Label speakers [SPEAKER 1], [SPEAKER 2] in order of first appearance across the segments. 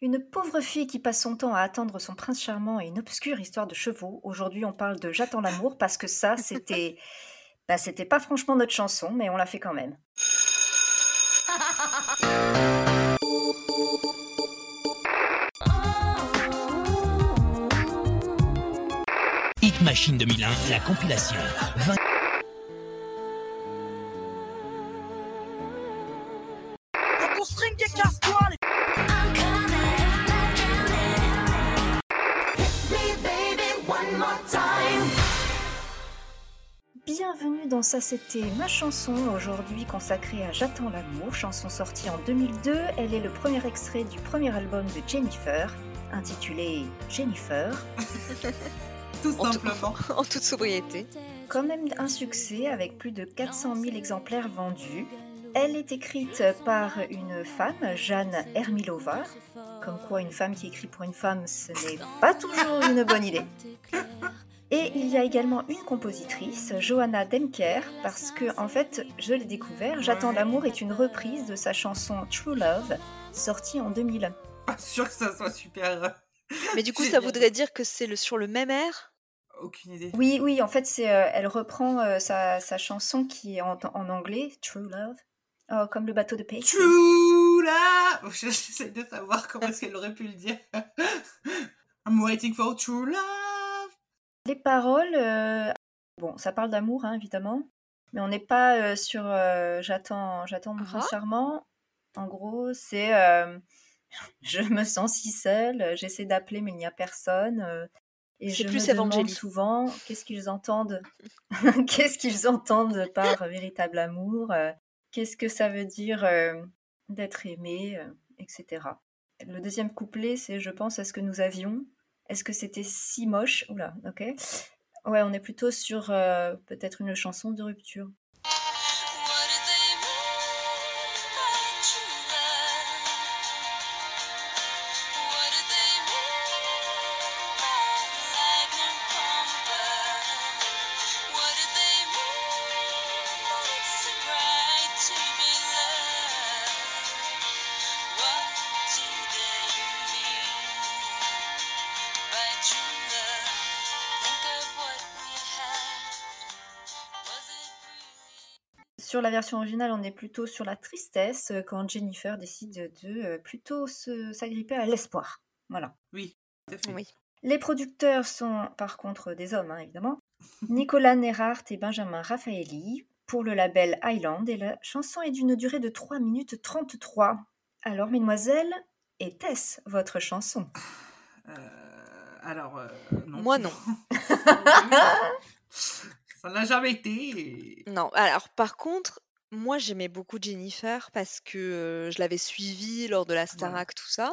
[SPEAKER 1] Une pauvre fille qui passe son temps à attendre son prince charmant et une obscure histoire de chevaux. Aujourd'hui, on parle de J'attends l'amour parce que ça, c'était. bah, c'était pas franchement notre chanson, mais on l'a fait quand même.
[SPEAKER 2] Hit Machine 2001, la compilation. 20...
[SPEAKER 1] Bienvenue dans Ça c'était ma chanson, aujourd'hui consacrée à J'attends l'amour, chanson sortie en 2002. Elle est le premier extrait du premier album de Jennifer, intitulé Jennifer.
[SPEAKER 3] Tout
[SPEAKER 4] En tout-
[SPEAKER 3] simplement.
[SPEAKER 4] en toute sobriété.
[SPEAKER 1] quand même un succès avec plus de 400 000 exemplaires vendus. Elle est écrite par une femme, Jeanne Hermilova. Comme quoi, une femme qui écrit pour une femme, ce n'est pas toujours une bonne idée. Et il y a également une compositrice, Johanna Demker, parce que, en fait, je l'ai découvert, J'attends l'amour est une reprise de sa chanson True Love, sortie en 2000.
[SPEAKER 3] Pas sûr que ça soit super. euh,
[SPEAKER 4] Mais du coup,
[SPEAKER 3] J'ai-
[SPEAKER 4] ça voudrait dire que c'est le sur le même air
[SPEAKER 3] Aucune idée.
[SPEAKER 1] Oui, oui, en fait, c'est, euh, elle reprend euh, sa, sa chanson qui est en, en anglais, True Love, Oh, comme le bateau de paix.
[SPEAKER 3] True là J'essaie de savoir comment est-ce qu'elle aurait pu le dire. I'm waiting for true love.
[SPEAKER 1] Les paroles, euh, bon, ça parle d'amour, hein, évidemment, mais on n'est pas euh, sur euh, j'attends, j'attends mon prince charmant. En gros, c'est euh, je me sens si seule, euh, j'essaie d'appeler mais il n'y a personne. euh, et
[SPEAKER 4] C'est
[SPEAKER 1] je
[SPEAKER 4] plus
[SPEAKER 1] me demande
[SPEAKER 4] Evangélie.
[SPEAKER 1] souvent qu'est-ce qu'ils entendent, qu'est-ce qu'ils entendent par véritable amour, euh, qu'est-ce que ça veut dire euh, d'être aimé, euh, etc. Le deuxième couplet, c'est je pense à ce que nous avions. Est-ce que c'était si moche Oula, ok. Ouais, on est plutôt sur euh, peut-être une chanson de rupture. Sur la version originale, on est plutôt sur la tristesse euh, quand Jennifer décide de euh, plutôt se- s'agripper à l'espoir. Voilà.
[SPEAKER 3] Oui. tout à fait.
[SPEAKER 4] Oui.
[SPEAKER 1] Les producteurs sont par contre des hommes, hein, évidemment. Nicolas Nerhart et Benjamin Raffaelli pour le label Island et la chanson est d'une durée de 3 minutes 33. Alors, mesdemoiselles, était-ce votre chanson
[SPEAKER 3] Euh, alors, euh, non.
[SPEAKER 4] Moi, non.
[SPEAKER 3] ça n'a jamais été. et-
[SPEAKER 4] Non. Alors, par contre, moi, j'aimais beaucoup Jennifer parce que euh, je l'avais suivie lors de la Starac, tout ça.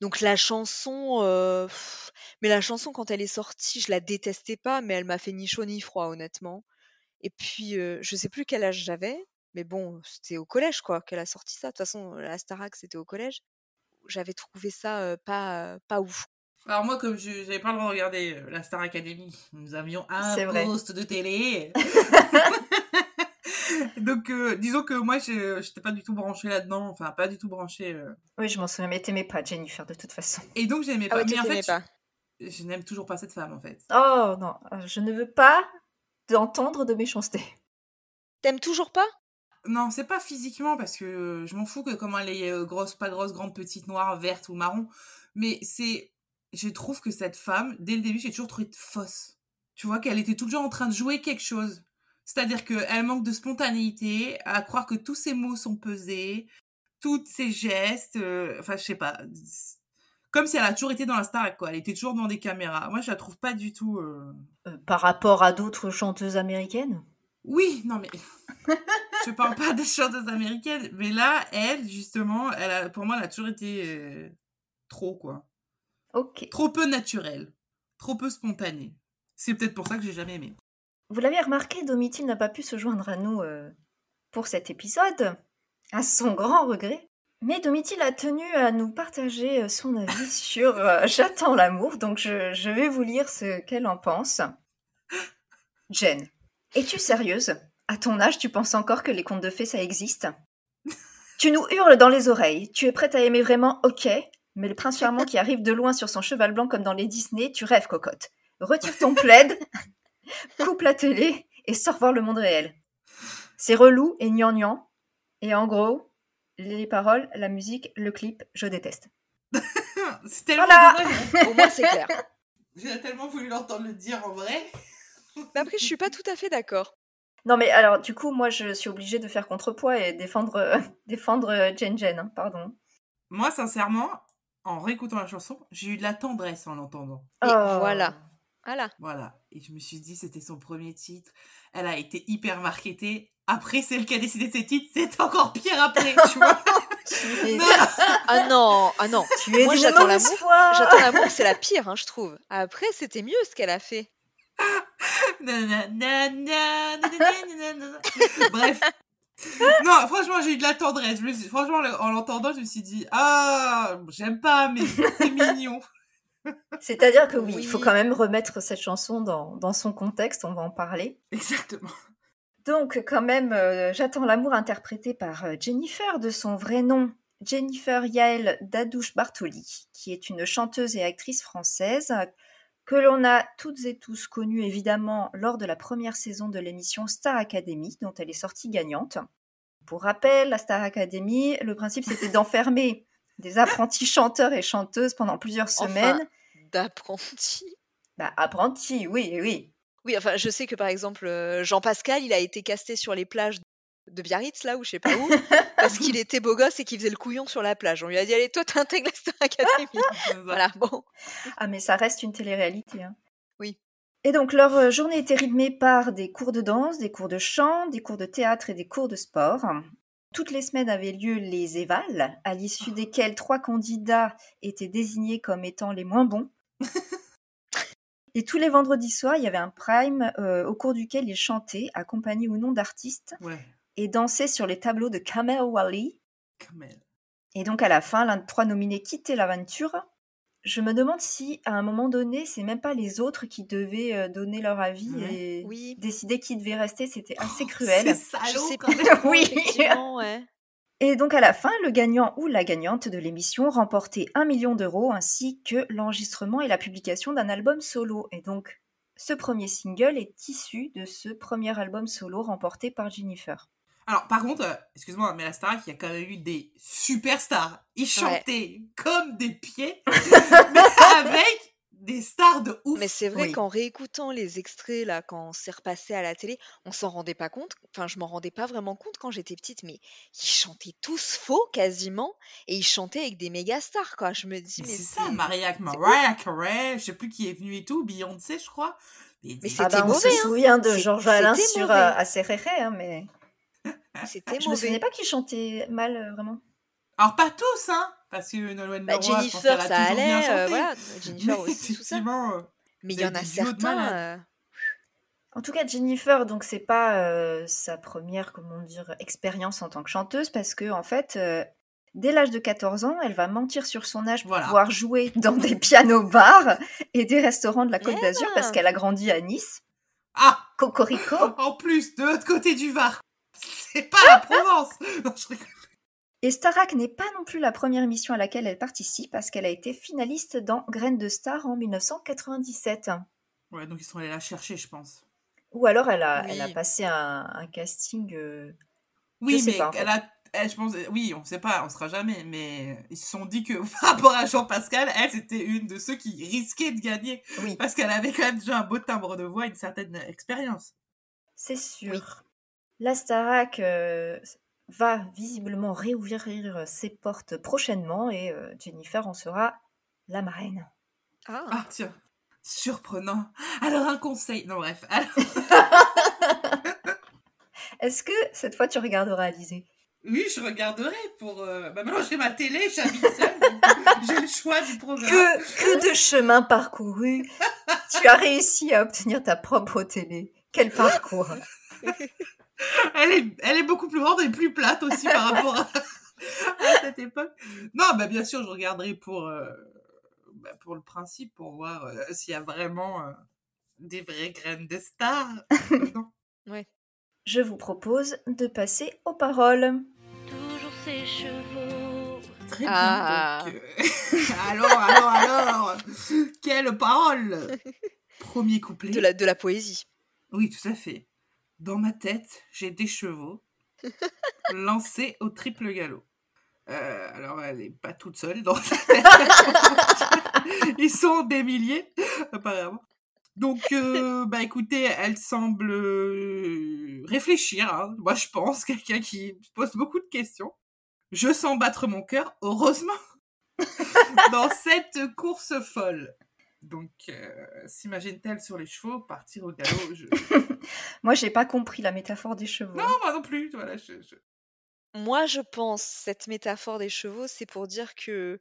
[SPEAKER 4] Donc, la chanson. euh, pff, mais la chanson, quand elle est sortie, je la détestais pas, mais elle m'a fait ni chaud ni froid, honnêtement. Et puis, euh, je sais plus quel âge j'avais, mais bon, c'était au collège, quoi, qu'elle a sorti ça. De toute façon, la Starac, c'était au collège. J'avais trouvé ça euh, pas, pas ouf.
[SPEAKER 3] Alors moi, comme je n'avais pas le droit de regarder euh, la Star Academy, nous avions un
[SPEAKER 1] C'est vrai.
[SPEAKER 3] poste de télé. Donc, euh, disons que moi, je n'étais pas du tout branchée là-dedans. Enfin, pas du tout branchée. euh.
[SPEAKER 1] Oui, je m'en souviens, mais t'aimais pas Jennifer de toute façon.
[SPEAKER 3] Et donc, j'aimais
[SPEAKER 4] Ah
[SPEAKER 3] pas.
[SPEAKER 4] ouais, tu
[SPEAKER 3] Mais en
[SPEAKER 4] t'aimais
[SPEAKER 3] fait,
[SPEAKER 4] pas.
[SPEAKER 3] je, je n'aime toujours pas cette femme, en fait.
[SPEAKER 1] Oh non, euh, je ne veux pas d'entendre de méchanceté.
[SPEAKER 4] T'aimes toujours pas
[SPEAKER 3] Non, c'est pas physiquement, parce que euh, je m'en fous que comment elle est euh, grosse, pas grosse, grande, petite, noire, verte ou marron. Mais c'est. Je trouve que cette femme, dès le début, j'ai toujours trouvé fausse. Tu vois qu'elle était toujours en train de jouer quelque chose. C'est-à-dire qu'elle manque de spontanéité, à croire que tous ses mots sont pesés, tous ses gestes. euh, Enfin, je sais pas. C'est- Comme si elle a toujours été dans la star, quoi. Elle était toujours dans des caméras. Moi, je la trouve pas du tout. euh,
[SPEAKER 1] Euh, par rapport à d'autres chanteuses américaines
[SPEAKER 3] Oui, non mais je parle pas des chanteuses américaines, mais là, elle justement, elle a, pour moi, elle a toujours été euh, trop quoi,
[SPEAKER 1] Ok.
[SPEAKER 3] trop peu naturelle, trop peu spontanée. C'est peut-être pour ça que j'ai jamais aimé.
[SPEAKER 1] Vous l'avez remarqué, Domitil n'a pas pu se joindre à nous euh, pour cet épisode, à son grand regret. Mais Domitil a tenu à nous partager euh, son avis sur euh, J'attends l'amour, donc je, je vais vous lire ce qu'elle en pense. Jen, es-tu sérieuse À ton âge, tu penses encore que les contes de fées, ça existe Tu nous hurles dans les oreilles, tu es prête à aimer vraiment, ok Mais le prince charmant qui arrive de loin sur son cheval blanc comme dans les Disney, tu rêves, cocotte. Retire ton plaid, coupe la télé et sors voir le monde réel. C'est relou et gnangnan. Et en gros, les paroles, la musique, le clip, je déteste.
[SPEAKER 3] C'est tellement
[SPEAKER 1] Voilà.
[SPEAKER 3] dommage.
[SPEAKER 4] Au moins, c'est clair.
[SPEAKER 3] J'ai tellement voulu l'entendre le dire en vrai.
[SPEAKER 4] Mais après, je suis pas tout à fait d'accord.
[SPEAKER 1] Non mais alors, du coup, moi, je suis obligée de faire contrepoids et défendre, euh, défendre euh, Jen Jen, hein, pardon.
[SPEAKER 3] Moi, sincèrement, en réécoutant la chanson, j'ai eu de la tendresse en l'entendant.
[SPEAKER 4] Et
[SPEAKER 1] Oh.
[SPEAKER 4] voilà. Voilà.
[SPEAKER 3] Voilà. Et je me suis dit, c'était son premier titre. Elle a été hyper marketée. Après, celle qui a décidé de ses titres, c'est encore pire après, tu vois.
[SPEAKER 1] Tu es,
[SPEAKER 3] Non,
[SPEAKER 4] Ah non, ah non.
[SPEAKER 1] tu es
[SPEAKER 4] Moi,
[SPEAKER 1] d'une
[SPEAKER 4] j'attends
[SPEAKER 1] mauvaise
[SPEAKER 4] l'amour.
[SPEAKER 1] foi.
[SPEAKER 4] J'attends l'amour, c'est la pire, hein, je trouve. Après, c'était mieux ce qu'elle a fait.
[SPEAKER 3] Nanana, nanana, nanana. Bref. Non, franchement, j'ai eu de la tendresse. Je me suis- Franchement, le- en l'entendant, je me suis dit, ah, j'aime pas, mais c'est mignon.
[SPEAKER 1] C'est-à-dire que oui, il faut
[SPEAKER 4] Oui.
[SPEAKER 1] quand même remettre cette chanson dans, dans son contexte, on va en parler.
[SPEAKER 3] Exactement.
[SPEAKER 1] Donc quand même, euh, J'attends l'amour interprété par euh, Jennifer de son vrai nom, Jennifer Yael Dadouche Bartoli, qui est une chanteuse et actrice française que l'on a toutes et tous connue évidemment lors de la première saison de l'émission Star Academy, dont elle est sortie gagnante. Pour rappel, la Star Academy, le principe c'était d'enfermer des apprentis chanteurs et chanteuses pendant plusieurs
[SPEAKER 4] Enfin.
[SPEAKER 1] semaines.
[SPEAKER 4] D'apprenti.
[SPEAKER 1] Bah, apprentis, oui, oui,
[SPEAKER 4] Oui, enfin, je sais que par exemple, euh, Jean-Pascal, il a été casté sur les plages de Biarritz, là, ou je sais pas où, parce qu'il était beau gosse et qu'il faisait le couillon sur la plage. On lui a dit, allez, toi, t'intègres la Star Academy. voilà, bon.
[SPEAKER 1] Ah, mais ça reste une télé-réalité. hein.
[SPEAKER 4] Oui.
[SPEAKER 1] Et donc, leur euh, journée était rythmée par des cours de danse, des cours de chant, des cours de théâtre et des cours de sport. Toutes les semaines avaient lieu les évals, à l'issue desquels trois candidats étaient désignés comme étant les moins bons. Et tous les vendredis soirs, il y avait un prime euh, au cours duquel ils chantaient, accompagnés ou non d'artistes,
[SPEAKER 3] Ouais,
[SPEAKER 1] et dansaient sur les tableaux de Kamel Wali,
[SPEAKER 3] quand même.
[SPEAKER 1] et donc à la fin, l'un de trois nominés quittait l'aventure. Je me demande si à un moment donné, c'est même pas les autres qui devaient euh, donner leur avis
[SPEAKER 3] Ouais.
[SPEAKER 1] et
[SPEAKER 4] Oui.
[SPEAKER 1] décider qui devait rester. C'était assez
[SPEAKER 3] Oh, C'est
[SPEAKER 1] cruel.
[SPEAKER 4] Je
[SPEAKER 3] salaud,
[SPEAKER 4] sais
[SPEAKER 3] quand
[SPEAKER 4] pas.
[SPEAKER 3] même.
[SPEAKER 4] trop,
[SPEAKER 1] Oui.
[SPEAKER 4] effectivement, ouais.
[SPEAKER 1] Et donc à la fin, le gagnant ou la gagnante de l'émission remportait un million d'euros ainsi que l'enregistrement et la publication d'un album solo. Et donc ce premier single est issu de ce premier album solo remporté par Jennifer.
[SPEAKER 3] Alors, par contre, euh, excuse-moi, mais la Starac, il y a quand même eu des superstars. Ils chantaient comme des pieds, mais avec des stars de ouf.
[SPEAKER 4] Mais c'est vrai
[SPEAKER 3] Oui.
[SPEAKER 4] qu'en réécoutant les extraits, là, quand c'est repassé à la télé, on s'en rendait pas compte. Enfin, je m'en rendais pas vraiment compte quand j'étais petite, mais ils chantaient tous faux quasiment, et ils chantaient avec des méga stars, quoi. Je me dis,
[SPEAKER 3] Mais
[SPEAKER 4] mais
[SPEAKER 3] c'est ça,
[SPEAKER 4] c'est-
[SPEAKER 3] Mariah, Mariah Carey, je sais plus qui est venu et tout, Beyoncé, je crois. Mais
[SPEAKER 4] Mais
[SPEAKER 3] dis-
[SPEAKER 4] C'était
[SPEAKER 1] ah bah, on se
[SPEAKER 4] mauvais, hein.
[SPEAKER 1] souvient de
[SPEAKER 4] C'est-
[SPEAKER 1] Georges Alain
[SPEAKER 4] c'était
[SPEAKER 1] sur
[SPEAKER 4] mauvais.
[SPEAKER 1] euh, Acerrere, hein, mais
[SPEAKER 4] c'était
[SPEAKER 1] je me souvenais
[SPEAKER 4] mauvais.
[SPEAKER 1] pas qu'il chantait mal euh, vraiment.
[SPEAKER 3] Alors, pas tous, hein, parce que Nolwenn
[SPEAKER 4] Bah,
[SPEAKER 3] Leroy, je pense
[SPEAKER 4] Jennifer,
[SPEAKER 3] qu'elle a
[SPEAKER 4] ça
[SPEAKER 3] toujours bien
[SPEAKER 4] allait,
[SPEAKER 3] chanté.
[SPEAKER 4] euh, voilà. Jennifer
[SPEAKER 3] mais
[SPEAKER 4] aussi, tout ça.
[SPEAKER 3] effectivement, euh,
[SPEAKER 4] Mais il
[SPEAKER 3] c'est
[SPEAKER 4] y en a
[SPEAKER 3] des duos de malades.
[SPEAKER 4] certains. euh,
[SPEAKER 1] En tout cas, Jennifer, donc c'est pas euh, sa première, comment dire, expérience en tant que chanteuse, parce que en fait, euh, dès l'âge de 14 ans, elle va mentir sur son âge pour
[SPEAKER 3] Voilà.
[SPEAKER 1] pouvoir jouer dans des pianos bars et des restaurants de la Côte
[SPEAKER 4] Eh
[SPEAKER 1] d'Azur,
[SPEAKER 4] ben. Oh.
[SPEAKER 1] parce qu'elle a grandi à Nice.
[SPEAKER 3] Ah,
[SPEAKER 1] Cocorico.
[SPEAKER 3] en plus, de l'autre côté du Var. C'est pas la Provence. Non, je rigole.
[SPEAKER 1] Et Starak n'est pas non plus la première émission à laquelle elle participe, parce qu'elle a été finaliste dans Graines de Star en 1997.
[SPEAKER 3] Ouais, donc ils sont allés la chercher, je pense.
[SPEAKER 1] Ou alors elle a, elle a
[SPEAKER 4] Oui.
[SPEAKER 1] passé un, un casting. euh,
[SPEAKER 3] Oui,
[SPEAKER 1] sais
[SPEAKER 3] mais
[SPEAKER 1] pas, en fait.
[SPEAKER 3] elle a. elle, je pense, oui, on sait pas, on saura jamais, mais ils se sont dit que par rapport à Jean-Pascal, elle, c'était une de ceux qui risquaient de gagner
[SPEAKER 1] Oui,
[SPEAKER 3] parce qu'elle avait quand même déjà un beau timbre de voix, une certaine expérience.
[SPEAKER 1] C'est sûr. La Starac euh, va visiblement réouvrir euh, ses portes prochainement et euh, Jennifer en sera la marraine.
[SPEAKER 4] Ah,
[SPEAKER 3] Ah, tiens, surprenant. Alors, un conseil. Non, bref. Alors,
[SPEAKER 1] Est-ce que cette fois tu regarderas Alizé
[SPEAKER 3] oui, je regarderai pour. euh, bah, maintenant, j'ai ma télé, j'habite seule. donc euh, j'ai le choix du programme.
[SPEAKER 1] que, que de chemin parcouru Tu as réussi à obtenir ta propre télé. Quel parcours
[SPEAKER 3] Elle est, elle est beaucoup plus grande et plus plate aussi par rapport à, à cette époque. Non, bah bien sûr, je regarderai pour, euh, bah, pour le principe, pour voir euh, s'il y a vraiment euh, des vraies graines de stars. dedans.
[SPEAKER 1] Je vous propose de passer aux paroles.
[SPEAKER 5] Toujours ses chevaux
[SPEAKER 3] très
[SPEAKER 4] Ah.
[SPEAKER 3] bien. donc, euh, alors, alors, alors, quelle parole Premier couplet.
[SPEAKER 4] de la, de la poésie.
[SPEAKER 3] Oui, tout à fait. Dans ma tête, j'ai des chevaux lancés au triple galop. Euh, alors, elle n'est pas toute seule dans sa tête. Ils sont des milliers, apparemment. Donc, euh, bah, écoutez, elle semble euh, réfléchir. hein. Moi, je pense, quelqu'un qui pose beaucoup de questions. Je sens battre mon cœur, heureusement, dans cette course folle. Donc, euh, s'imagine-t-elle sur les chevaux partir au galop je-
[SPEAKER 1] Moi, j'ai pas compris la métaphore des chevaux.
[SPEAKER 3] Non, moi non plus. Voilà, je, je-
[SPEAKER 4] Moi, je pense, cette métaphore des chevaux, c'est pour dire que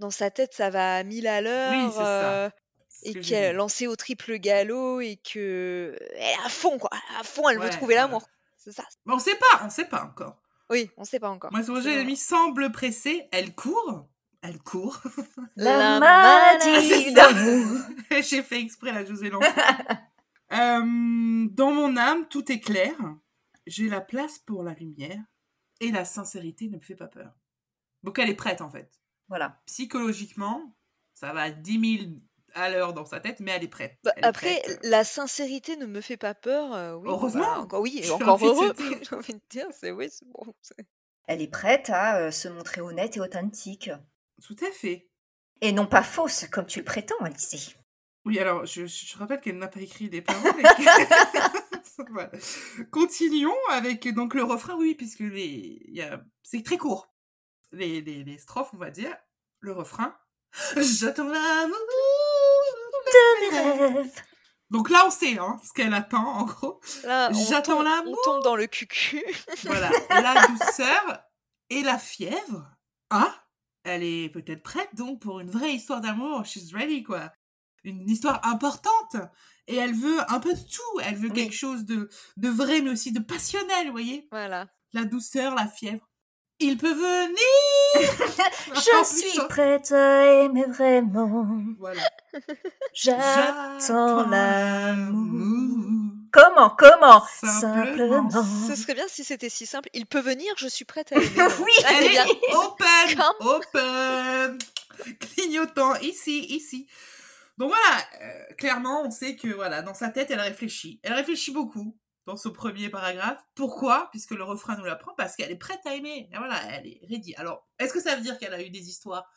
[SPEAKER 4] dans sa tête, ça va à mille à l'heure.
[SPEAKER 3] c'est ça.
[SPEAKER 4] euh,
[SPEAKER 3] c'est ce
[SPEAKER 4] et
[SPEAKER 3] que j'ai
[SPEAKER 4] qu'elle est
[SPEAKER 3] dit.
[SPEAKER 4] lancée au triple galop et que elle est à fond quoi, à fond elle veut
[SPEAKER 3] Ouais,
[SPEAKER 4] trouver
[SPEAKER 3] voilà.
[SPEAKER 4] l'amour. C'est ça.
[SPEAKER 3] Mais on sait pas, on sait pas encore.
[SPEAKER 4] Oui, on sait pas encore.
[SPEAKER 3] Moi, sur
[SPEAKER 4] C'est
[SPEAKER 3] j'ai
[SPEAKER 4] vrai.
[SPEAKER 3] mis semble pressée, elle court. Elle court.
[SPEAKER 1] La
[SPEAKER 4] La
[SPEAKER 1] maladie
[SPEAKER 4] maladie
[SPEAKER 1] d'amour.
[SPEAKER 3] j'ai fait exprès la José Lancourt. Euh, dans mon âme, tout est clair. J'ai la place pour la lumière et la sincérité ne me fait pas peur. Donc elle est prête en fait.
[SPEAKER 1] Voilà.
[SPEAKER 3] Psychologiquement, ça va à 10 000 à l'heure dans sa tête, mais elle est prête.
[SPEAKER 4] Bah,
[SPEAKER 3] Elle est
[SPEAKER 4] après,
[SPEAKER 3] prête.
[SPEAKER 4] la sincérité ne me fait pas peur. euh, oui, bon,
[SPEAKER 3] Heureusement.
[SPEAKER 4] bah, encore, oui, et
[SPEAKER 3] J'ai
[SPEAKER 4] encore
[SPEAKER 3] envie de
[SPEAKER 4] heureux.
[SPEAKER 3] dire.
[SPEAKER 4] J'ai envie de dire, c'est oui, c'est bon. c'est-
[SPEAKER 1] Elle est prête à euh, se montrer honnête et authentique.
[SPEAKER 3] Tout à fait.
[SPEAKER 1] Et non pas fausse, comme tu le prétends, Alice.
[SPEAKER 3] Oui, alors, je, je- je rappelle qu'elle n'a pas écrit les paroles. et que- Voilà. Continuons avec donc le refrain, oui, puisque les, il y a- c'est très court. Les, les, les strophes, on va dire. Le refrain. J'attends l'amour de mes rêves.
[SPEAKER 1] Rêve.
[SPEAKER 3] Donc là, on sait hein, ce qu'elle attend, en gros.
[SPEAKER 4] Là, on
[SPEAKER 3] J'attends
[SPEAKER 4] tombe-
[SPEAKER 3] l'amour.
[SPEAKER 4] On tombe dans le cucu.
[SPEAKER 3] Voilà. La douceur et la fièvre. Ah Elle est peut-être prête, donc, pour une vraie histoire d'amour. She's ready, quoi. Une histoire importante. Et elle veut un peu de tout. Elle veut
[SPEAKER 4] Oui.
[SPEAKER 3] quelque chose de, de vrai, mais aussi de passionnel, vous voyez
[SPEAKER 4] Voilà.
[SPEAKER 3] La douceur, la fièvre. Il peut venir En
[SPEAKER 1] Je
[SPEAKER 3] plus,
[SPEAKER 1] suis
[SPEAKER 3] ça-
[SPEAKER 1] prête à aimer vraiment.
[SPEAKER 3] Voilà.
[SPEAKER 1] J'attends l'amour.
[SPEAKER 3] l'amour.
[SPEAKER 1] Comment, comment
[SPEAKER 3] Simplement.
[SPEAKER 4] Ce serait bien si c'était si simple. Il peut venir, je suis prête à aimer.
[SPEAKER 1] Oui,
[SPEAKER 4] Ah, c'est
[SPEAKER 3] Allez,
[SPEAKER 4] bien.
[SPEAKER 3] open,
[SPEAKER 4] Quand-
[SPEAKER 3] open, clignotant ici, ici. Donc voilà, euh, clairement, on sait que voilà, dans sa tête, elle réfléchit. Elle réfléchit beaucoup dans ce premier paragraphe. Pourquoi Puisque le refrain nous l'apprend, parce qu'elle est prête à aimer. Et voilà, elle est ready. Alors, est-ce que ça veut dire qu'elle a eu des histoires,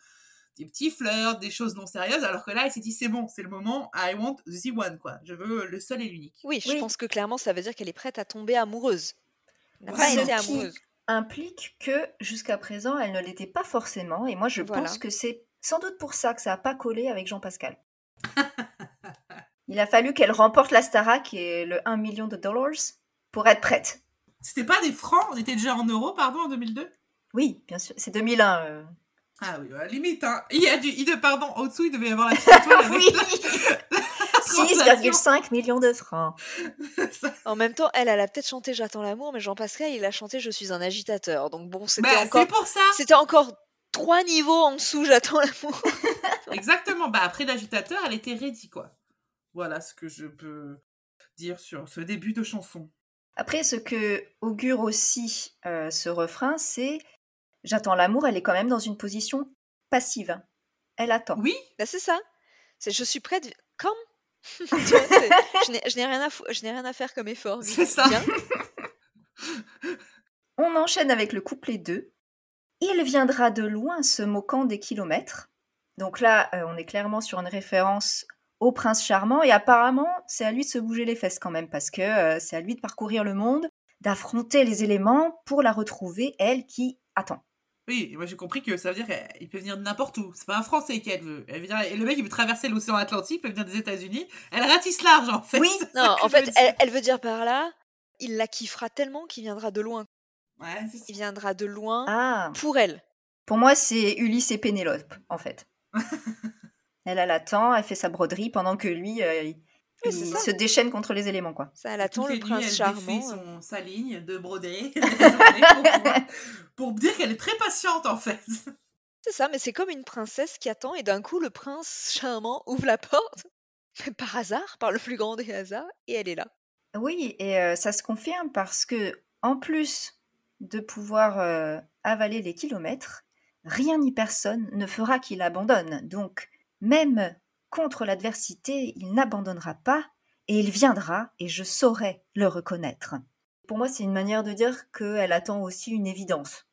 [SPEAKER 3] des petits flirts, des choses non sérieuses, alors que là, elle s'est dit c'est bon, c'est le moment. I want the one, quoi. Je veux le seul et l'unique.
[SPEAKER 4] Oui, je
[SPEAKER 1] Oui.
[SPEAKER 4] pense que clairement, ça veut dire qu'elle est prête à tomber amoureuse. Elle n'a pas
[SPEAKER 3] Vraiment.
[SPEAKER 4] été
[SPEAKER 1] Ce qui-
[SPEAKER 4] amoureuse.
[SPEAKER 1] Implique que jusqu'à présent, elle ne l'était pas forcément. Et moi, je
[SPEAKER 4] Voilà.
[SPEAKER 1] pense que c'est sans doute pour ça que ça n'a pas collé avec Jean-Pascal. Il a fallu qu'elle remporte la Starac et le 1 million de dollars pour être prête.
[SPEAKER 3] C'était pas des francs, on était déjà en euros, pardon, en 2002
[SPEAKER 1] Oui, bien sûr. C'est 2001. euh.
[SPEAKER 3] Ah oui, bah, limite, hein. Il y a du i de pardon en dessous, il devait y avoir la petite étoile avec
[SPEAKER 1] Oui.
[SPEAKER 3] Ah la translation.
[SPEAKER 1] 6,5 millions de francs.
[SPEAKER 4] En même temps, elle, elle a peut-être chanté J'attends l'amour, mais Jean-Pascal, il a chanté Je suis un agitateur. Donc bon, c'était
[SPEAKER 3] Bah,
[SPEAKER 4] encore
[SPEAKER 3] c'est pour ça.
[SPEAKER 4] C'était encore trois niveaux en dessous, j'attends l'amour.
[SPEAKER 3] Exactement. Bah après l'agitateur, elle était ready quoi. Voilà ce que je peux dire sur ce début de chanson.
[SPEAKER 1] Après, ce que augure aussi euh, ce refrain, c'est J'attends l'amour, elle est quand même dans une position passive. Elle attend.
[SPEAKER 3] Oui,
[SPEAKER 4] Bah, c'est ça. C'est je suis prête. Comme Tu vois, c'est- je n'ai- je n'ai rien à fou- je n'ai rien à faire comme effort.
[SPEAKER 3] C'est ça.
[SPEAKER 4] Viens.
[SPEAKER 1] On enchaîne avec le couplet 2. Il viendra de loin se moquant des kilomètres. Donc là, euh, on est clairement sur une référence au prince charmant et apparemment, c'est à lui de se bouger les fesses quand même parce que euh, c'est à lui de parcourir le monde, d'affronter les éléments pour la retrouver, elle qui attend.
[SPEAKER 3] oui. et Moi j'ai compris que ça veut dire qu'il peut venir de n'importe où. C'est pas un Français qu'elle veut. Elle veut dire- et le mec il peut traverser l'océan Atlantique, il peut venir des États-Unis. Elle ratisse large en fait.
[SPEAKER 1] Oui.
[SPEAKER 3] C'est ça
[SPEAKER 4] Non,
[SPEAKER 3] que
[SPEAKER 4] en
[SPEAKER 3] je veux
[SPEAKER 4] fait,
[SPEAKER 3] dire.
[SPEAKER 4] elle, elle veut dire par là, il la kiffera tellement qu'il viendra de loin.
[SPEAKER 3] Ouais, c'est ça.
[SPEAKER 4] Il viendra de loin
[SPEAKER 1] Ah,
[SPEAKER 4] pour elle.
[SPEAKER 1] pour moi, c'est Ulysse et Pénélope en fait. elle, elle attend, elle fait sa broderie pendant que lui, euh, il,
[SPEAKER 4] Oui, c'est
[SPEAKER 1] il
[SPEAKER 4] ça.
[SPEAKER 1] se déchaîne contre les éléments quoi.
[SPEAKER 4] Ça, elle attend
[SPEAKER 3] Toutes
[SPEAKER 4] le
[SPEAKER 3] les nuits, elle
[SPEAKER 4] prince
[SPEAKER 3] défait
[SPEAKER 4] charmant. euh.
[SPEAKER 3] son- sa ligne de broder pour, pour dire qu'elle est très patiente en fait.
[SPEAKER 4] Ah C'est ça, mais c'est comme une princesse qui attend et d'un coup, le prince charmant ouvre la porte. Par hasard, par le plus grand des hasards, et elle est là.
[SPEAKER 1] Oui, et euh, ça se confirme parce que, en plus de pouvoir euh, avaler les kilomètres, rien ni personne ne fera qu'il abandonne. Donc, même contre l'adversité, il n'abandonnera pas et il viendra et je saurai le reconnaître. Pour moi, c'est une manière de dire qu'elle attend aussi une évidence,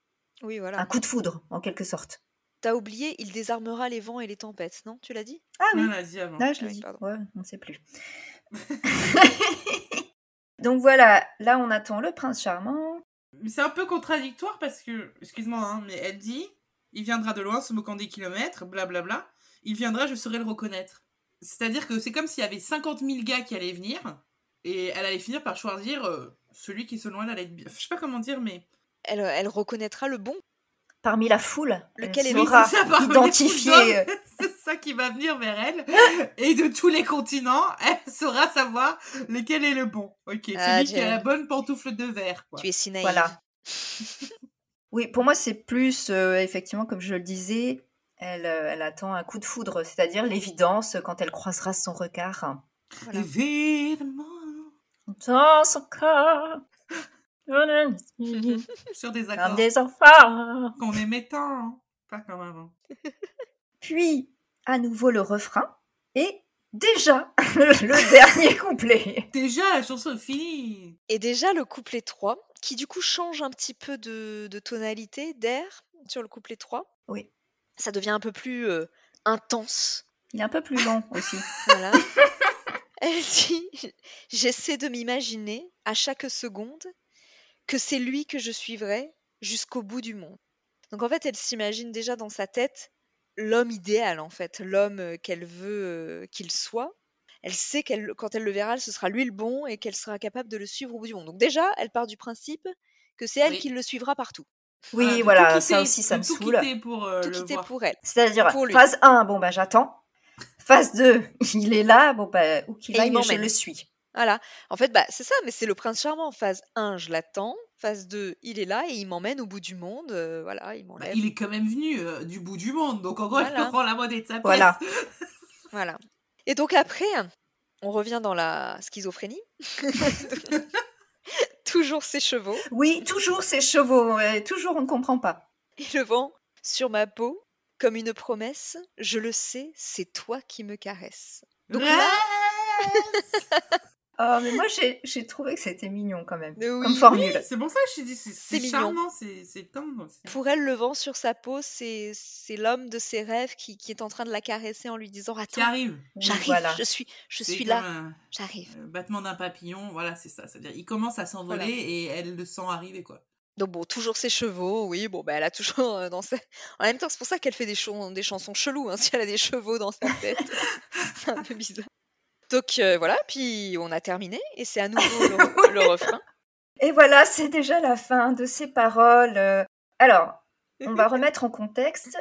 [SPEAKER 4] Oui,
[SPEAKER 1] un
[SPEAKER 4] voilà.
[SPEAKER 1] coup de foudre en quelque sorte.
[SPEAKER 4] T'as oublié, il désarmera les vents et les tempêtes, non Tu l'as dit
[SPEAKER 1] Ah oui,
[SPEAKER 3] On l'a dit avant.
[SPEAKER 1] Ah, je l'ai
[SPEAKER 4] Ah oui,
[SPEAKER 1] dit.
[SPEAKER 4] pardon.
[SPEAKER 1] Ouais, on ne sait plus. Donc voilà, là on attend le prince charmant.
[SPEAKER 3] Mais c'est un peu contradictoire parce que, excuse-moi, hein, mais elle dit il viendra de loin, se moquant des kilomètres, blablabla. Il viendra, je saurai le reconnaître. C'est-à-dire que c'est comme s'il y avait 50 000 gars qui allaient venir et elle allait finir par choisir euh, celui qui, selon elle, allait être bien. Je sais pas comment dire, mais.
[SPEAKER 4] elle, euh, elle reconnaîtra le bon.
[SPEAKER 1] Parmi la foule,
[SPEAKER 4] Lequel
[SPEAKER 1] elle
[SPEAKER 4] est
[SPEAKER 3] Oui,
[SPEAKER 1] saura
[SPEAKER 3] c'est ça, parmi les
[SPEAKER 1] identifier.
[SPEAKER 3] fous d'hommes, C'est ça qui va venir vers elle. Et de tous les continents, elle saura savoir lequel est le bon. Ok, celui
[SPEAKER 4] Ah,
[SPEAKER 3] qui a
[SPEAKER 4] Jen.
[SPEAKER 3] la bonne pantoufle de verre. Quoi.
[SPEAKER 4] Tu es si naïve.
[SPEAKER 1] Voilà. Oui, pour moi, c'est plus, euh, effectivement, comme je le disais, elle, euh, elle attend un coup de foudre, c'est-à-dire l'évidence quand elle croisera son regard.
[SPEAKER 4] Voilà.
[SPEAKER 3] Évidemment,
[SPEAKER 1] Dans son corps, on est
[SPEAKER 3] sur des
[SPEAKER 1] comme
[SPEAKER 3] accords
[SPEAKER 1] des enfants.
[SPEAKER 3] qu'on aimait tant. hein. Pas comme avant.
[SPEAKER 1] Puis, à nouveau le refrain, et déjà, le dernier couplet.
[SPEAKER 3] Déjà, la chanson est finie.
[SPEAKER 4] Et déjà le couplet 3, qui du coup change un petit peu de, de tonalité, d'air sur le couplet 3.
[SPEAKER 1] Oui.
[SPEAKER 4] Ça devient un peu plus euh, intense.
[SPEAKER 1] Il est un peu plus long aussi.
[SPEAKER 4] Voilà. Elle dit J'essaie de m'imaginer à chaque seconde que c'est lui que je suivrai jusqu'au bout du monde. Donc en fait, elle s'imagine déjà dans sa tête l'homme idéal, en fait, l'homme euh, qu'elle veut euh, qu'il soit. Elle sait qu'elle, quand elle le verra, ce sera lui le bon et qu'elle sera capable de le suivre au bout du monde. Donc déjà, elle part du principe que c'est elle
[SPEAKER 3] Oui.
[SPEAKER 4] qui le suivra partout.
[SPEAKER 1] Oui,
[SPEAKER 3] de
[SPEAKER 1] voilà,
[SPEAKER 3] tout
[SPEAKER 1] ça
[SPEAKER 3] quitter,
[SPEAKER 1] aussi, ça
[SPEAKER 3] de
[SPEAKER 1] me
[SPEAKER 3] tout
[SPEAKER 1] saoule.
[SPEAKER 3] quitter pour euh,
[SPEAKER 4] Tout
[SPEAKER 3] le
[SPEAKER 4] quitter
[SPEAKER 3] voir.
[SPEAKER 4] pour elle.
[SPEAKER 1] C'est-à-dire,
[SPEAKER 4] Pour lui.
[SPEAKER 1] phase 1, bon bah j'attends. Phase 2, il est là, bon bah où qu'il
[SPEAKER 4] Et il
[SPEAKER 1] aille, je
[SPEAKER 4] m'emmène.
[SPEAKER 1] le suis.
[SPEAKER 4] Voilà. En fait, bah, c'est ça, mais c'est le prince charmant. Phase 1, je l'attends. Phase 2, il est là et il m'emmène au bout du monde. euh, voilà, il
[SPEAKER 3] Bah,
[SPEAKER 4] m'enlève.
[SPEAKER 3] il est quand même venu euh, du bout du monde, donc en gros, il
[SPEAKER 4] Voilà.
[SPEAKER 3] prend la moitié de sa pièce.
[SPEAKER 1] Voilà.
[SPEAKER 4] Voilà. Et donc après, on revient dans la schizophrénie. Toujours ses chevaux
[SPEAKER 1] Oui, toujours ces chevaux, euh, toujours on ne comprend pas.
[SPEAKER 4] et le vent sur ma peau. Comme une promesse, je le sais, c'est toi qui me caresses. Donc là-
[SPEAKER 3] Ah! Reste.
[SPEAKER 1] Oh, mais moi j'ai- j'ai trouvé que c'était mignon quand même,
[SPEAKER 4] Mais oui,
[SPEAKER 1] comme
[SPEAKER 3] Oui,
[SPEAKER 1] formule.
[SPEAKER 3] c'est pour ça que je t'ai dit, c'est- c'est
[SPEAKER 4] mignon.
[SPEAKER 3] charmant, c'est c'est tendre. c'est-
[SPEAKER 4] Pour elle, le vent sur sa peau, c'est c'est l'homme de ses rêves qui, qui est en train de la caresser en lui disant
[SPEAKER 3] Qui
[SPEAKER 4] Attends,
[SPEAKER 3] arrive.
[SPEAKER 1] Oui,
[SPEAKER 4] j'arrive,
[SPEAKER 1] voilà.
[SPEAKER 4] je suis, je
[SPEAKER 3] C'est
[SPEAKER 4] suis
[SPEAKER 3] comme
[SPEAKER 4] là,
[SPEAKER 3] un,
[SPEAKER 4] j'arrive.
[SPEAKER 3] euh, battement d'un papillon, voilà, c'est ça. C'est-à-dire, il commence à s'envoler
[SPEAKER 4] Voilà.
[SPEAKER 3] et elle le sent arriver, quoi.
[SPEAKER 4] Donc bon, toujours ses chevaux, oui, bon, bah, elle a toujours euh, dans sa... En même temps, c'est pour ça qu'elle fait des, chans- des chansons cheloues, hein, si elle a des chevaux dans sa tête. c'est un peu bizarre. Donc euh, voilà, puis on a terminé, et c'est à nouveau le, re- le refrain.
[SPEAKER 1] Et voilà, c'est déjà la fin de ces paroles. euh. Alors, on va remettre en contexte.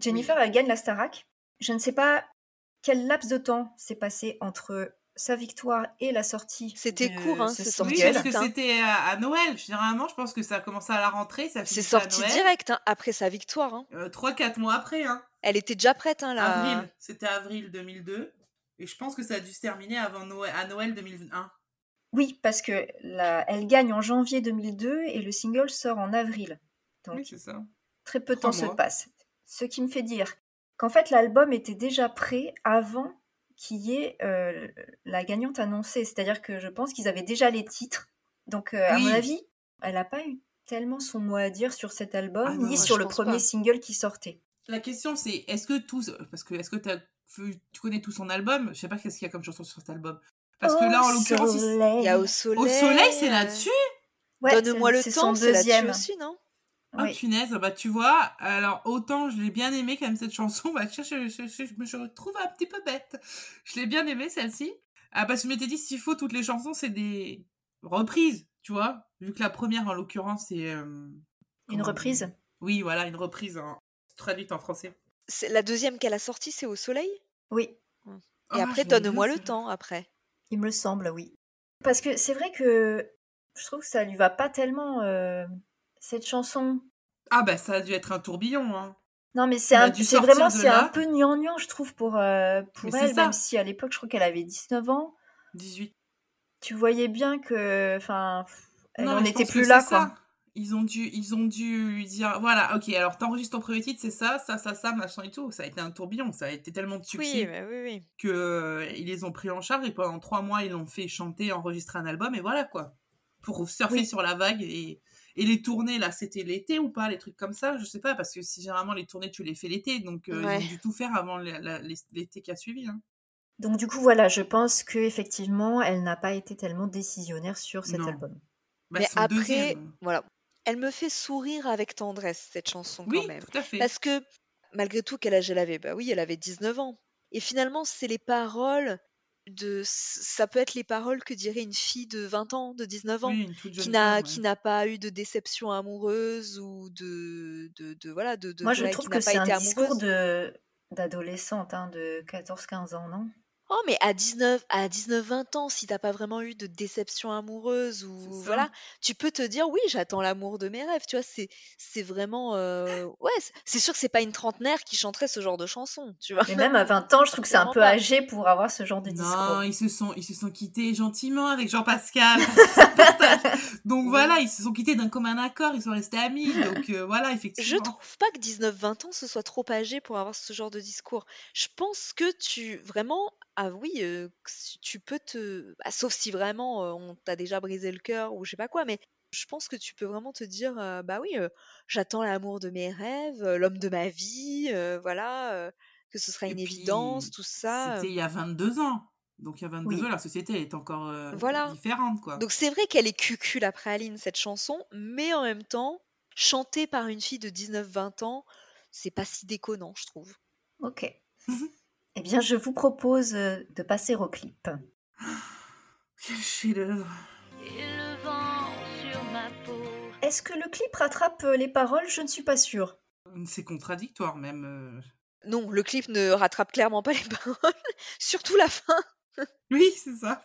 [SPEAKER 1] Jennifer, elle gagne la Starac. Je ne sais pas quel laps de temps s'est passé entre sa victoire et la sortie.
[SPEAKER 4] C'était
[SPEAKER 1] de
[SPEAKER 4] court, hein,
[SPEAKER 1] ce
[SPEAKER 4] c'est
[SPEAKER 3] Oui,
[SPEAKER 4] sorti
[SPEAKER 1] single.
[SPEAKER 3] parce que
[SPEAKER 4] Putain.
[SPEAKER 3] c'était à, à Noël. Généralement, je pense que ça a commencé à la rentrée, ça
[SPEAKER 4] C'est
[SPEAKER 3] finissait à
[SPEAKER 4] sorti
[SPEAKER 3] Noël.
[SPEAKER 4] direct, hein, après sa victoire. hein.
[SPEAKER 3] Euh, Trois, quatre mois après, hein.
[SPEAKER 4] Elle était déjà prête, hein, là.
[SPEAKER 3] Avril, Euh, c'était avril 2002. Et je pense que ça a dû se terminer avant Noël, à Noël 2001.
[SPEAKER 1] Oui, parce que la- elle gagne en janvier 2002 et le single sort en avril. Donc
[SPEAKER 3] Oui, c'est ça.
[SPEAKER 1] très peu de
[SPEAKER 3] trois
[SPEAKER 1] temps se
[SPEAKER 3] mois.
[SPEAKER 1] passe. Ce qui me fait dire qu'en fait l'album était déjà prêt avant qu'il y ait euh, la gagnante annoncée. C'est-à-dire que je pense qu'ils avaient déjà les titres. Donc euh, à
[SPEAKER 3] Oui.
[SPEAKER 1] mon avis, elle n'a pas eu tellement son mot à dire sur cet album
[SPEAKER 3] Ah non,
[SPEAKER 1] ni
[SPEAKER 3] moi,
[SPEAKER 1] sur
[SPEAKER 4] je
[SPEAKER 1] le
[SPEAKER 4] pense
[SPEAKER 1] premier
[SPEAKER 4] pas.
[SPEAKER 1] single qui sortait.
[SPEAKER 3] La question, c'est est-ce que tous. Parce que est-ce que t'as vu- tu connais tout son album Je sais pas qu'est-ce qu'il y a comme chanson sur cet album. Parce que là, en
[SPEAKER 1] Au
[SPEAKER 3] l'occurrence, il-
[SPEAKER 4] Il
[SPEAKER 1] soleil.
[SPEAKER 4] y a Au soleil.
[SPEAKER 3] Au soleil, c'est
[SPEAKER 4] euh,
[SPEAKER 3] là-dessus
[SPEAKER 1] Ouais, c'est-
[SPEAKER 4] Donne-moi le
[SPEAKER 1] c'est
[SPEAKER 4] temps,
[SPEAKER 1] son
[SPEAKER 4] c'est là-dessus
[SPEAKER 1] deuxième.
[SPEAKER 4] aussi, Ah, non
[SPEAKER 3] Oh
[SPEAKER 1] Oui.
[SPEAKER 3] punaise, bah tu vois, alors autant je l'ai bien aimée quand même cette chanson, bah tiens, je, je, je- je me je me trouve un petit peu bête. Je l'ai bien aimée celle-ci. Ah bah je m'étais dit, s'il faut, toutes les chansons, c'est des reprises, tu vois. Vu que la première en l'occurrence, c'est... euh,
[SPEAKER 1] Une
[SPEAKER 3] comment on dit
[SPEAKER 1] reprise.
[SPEAKER 3] Oui, voilà, une reprise en... traduite en français.
[SPEAKER 4] C'est- La deuxième qu'elle a sortie, c'est Au soleil
[SPEAKER 1] Oui.
[SPEAKER 4] Et
[SPEAKER 3] Ah,
[SPEAKER 4] après,
[SPEAKER 3] je l'aime
[SPEAKER 4] donne-moi
[SPEAKER 3] bien,
[SPEAKER 4] le
[SPEAKER 3] celle-là.
[SPEAKER 4] temps, après.
[SPEAKER 1] Il me le semble, oui. Parce que c'est vrai que je trouve que ça lui va pas tellement euh, cette chanson.
[SPEAKER 3] Ah bah ça a dû être un tourbillon, hein.
[SPEAKER 1] Non, mais c'est
[SPEAKER 3] Il a
[SPEAKER 1] un-
[SPEAKER 3] dû
[SPEAKER 1] c'est
[SPEAKER 3] sortir
[SPEAKER 1] vraiment
[SPEAKER 3] de
[SPEAKER 1] c'est un
[SPEAKER 3] là.
[SPEAKER 1] peu gnangnan, je trouve, pour, euh, pour
[SPEAKER 3] Mais c'est
[SPEAKER 1] elle, même
[SPEAKER 3] ça.
[SPEAKER 1] si à l'époque, je crois qu'elle avait 19 ans.
[SPEAKER 3] 18.
[SPEAKER 1] Tu voyais bien que. Enfin, pff, elle
[SPEAKER 3] Non,
[SPEAKER 1] n'en
[SPEAKER 3] mais je
[SPEAKER 1] était
[SPEAKER 3] pense que
[SPEAKER 1] plus
[SPEAKER 3] c'est
[SPEAKER 1] là,
[SPEAKER 3] ça.
[SPEAKER 1] quoi.
[SPEAKER 3] Ils ont dû, ils ont dû lui dire, voilà, ok, alors t'enregistres ton premier titre, c'est ça, ça, ça, ça, machin et tout. Ça a été un tourbillon, ça a été tellement de
[SPEAKER 4] Oui,
[SPEAKER 3] succès
[SPEAKER 4] bah oui, oui.
[SPEAKER 3] que euh, ils les ont pris en charge et pendant trois mois ils l'ont fait chanter, enregistrer un album et voilà quoi. Pour surfer
[SPEAKER 4] Oui.
[SPEAKER 3] sur la vague et, et les tournées là, c'était l'été ou pas, les trucs comme ça, je sais pas parce que si généralement les tournées tu les fais l'été donc euh,
[SPEAKER 4] Ouais.
[SPEAKER 3] ils ont dû tout faire avant la- la- l'été qui a suivi. hein.
[SPEAKER 1] Donc du coup, voilà, je pense que effectivement, elle n'a pas été tellement décisionnaire sur cet
[SPEAKER 3] Non.
[SPEAKER 1] album.
[SPEAKER 3] Bah,
[SPEAKER 4] Mais
[SPEAKER 3] son
[SPEAKER 4] après,
[SPEAKER 3] deuxième.
[SPEAKER 4] voilà. Elle me fait sourire avec tendresse, cette chanson,
[SPEAKER 3] Oui,
[SPEAKER 4] quand même.
[SPEAKER 3] tout à fait.
[SPEAKER 4] Parce que, malgré tout, quel âge elle avait Bah oui, elle avait 19 ans. Et finalement, c'est les paroles de. Ça peut être les paroles que dirait une fille de 20 ans, de 19 ans.
[SPEAKER 3] Oui, une toute
[SPEAKER 4] qui
[SPEAKER 3] jeune
[SPEAKER 4] n'a
[SPEAKER 3] femme.
[SPEAKER 4] qui
[SPEAKER 3] ouais.
[SPEAKER 4] n'a pas eu de déception amoureuse ou de de, de- voilà de, de-
[SPEAKER 1] Moi,
[SPEAKER 4] de-
[SPEAKER 1] je
[SPEAKER 4] voilà,
[SPEAKER 1] trouve
[SPEAKER 4] qui
[SPEAKER 1] que
[SPEAKER 4] n'a pas
[SPEAKER 1] c'est un
[SPEAKER 4] été
[SPEAKER 1] discours
[SPEAKER 4] amoureuse.
[SPEAKER 1] de d'adolescente, hein, de 14-15 ans, non
[SPEAKER 4] Oh mais à 19 à 19 20 ans si t'as pas vraiment eu de déception amoureuse
[SPEAKER 3] C'est
[SPEAKER 4] ou
[SPEAKER 3] ça.
[SPEAKER 4] voilà, tu peux te dire oui, j'attends l'amour de mes rêves, tu vois, c'est c'est vraiment euh, ouais, c'est- c'est sûr que c'est pas une trentenaire qui chanterait ce genre de chanson, tu vois.
[SPEAKER 1] Mais même à 20 ans, je trouve que c'est un
[SPEAKER 4] Clairement
[SPEAKER 1] peu
[SPEAKER 4] pas.
[SPEAKER 1] âgé pour avoir ce genre de
[SPEAKER 3] Non,
[SPEAKER 1] discours.
[SPEAKER 3] ils se sont, ils se sont quittés gentiment avec Jean-Pascal. parce qu'ils se partagent. donc
[SPEAKER 1] Oui.
[SPEAKER 3] voilà, ils se sont quittés d'un commun accord, ils sont restés amis. Donc euh, voilà,
[SPEAKER 4] Je
[SPEAKER 3] effectivement.
[SPEAKER 4] trouve pas que 19-20 ans ce soit trop âgé pour avoir ce genre de discours. Je pense que tu vraiment ah oui euh, que si tu peux te ah, sauf si vraiment euh, on t'a déjà brisé le cœur ou je sais pas quoi mais je pense que tu peux vraiment te dire euh, bah oui euh, j'attends l'amour de mes rêves, euh, l'homme de ma vie, euh, voilà euh, que ce sera
[SPEAKER 3] Et
[SPEAKER 4] une évidence
[SPEAKER 3] puis,
[SPEAKER 4] tout ça. euh,
[SPEAKER 3] c'était il y a 22 ans. Donc il y a 22
[SPEAKER 1] Oui.
[SPEAKER 3] ans, la société elle est encore euh,
[SPEAKER 4] voilà.
[SPEAKER 3] différente, quoi.
[SPEAKER 4] Donc c'est vrai qu'elle est cucul après Aline cette chanson, mais en même temps, chantée par une fille de 19-20 ans, c'est pas si déconnant, je trouve.
[SPEAKER 1] Ok.
[SPEAKER 3] Mhm.
[SPEAKER 1] Eh bien, je vous propose euh, de passer au clip.
[SPEAKER 3] Quel chef-d'œuvre.
[SPEAKER 5] Et le vent sur ma peau.
[SPEAKER 1] Est-ce que le clip rattrape euh, les paroles Je ne suis pas sûre.
[SPEAKER 3] C'est contradictoire, même. euh.
[SPEAKER 4] Non, le clip ne rattrape clairement pas les paroles, surtout la fin.
[SPEAKER 3] Oui, c'est ça.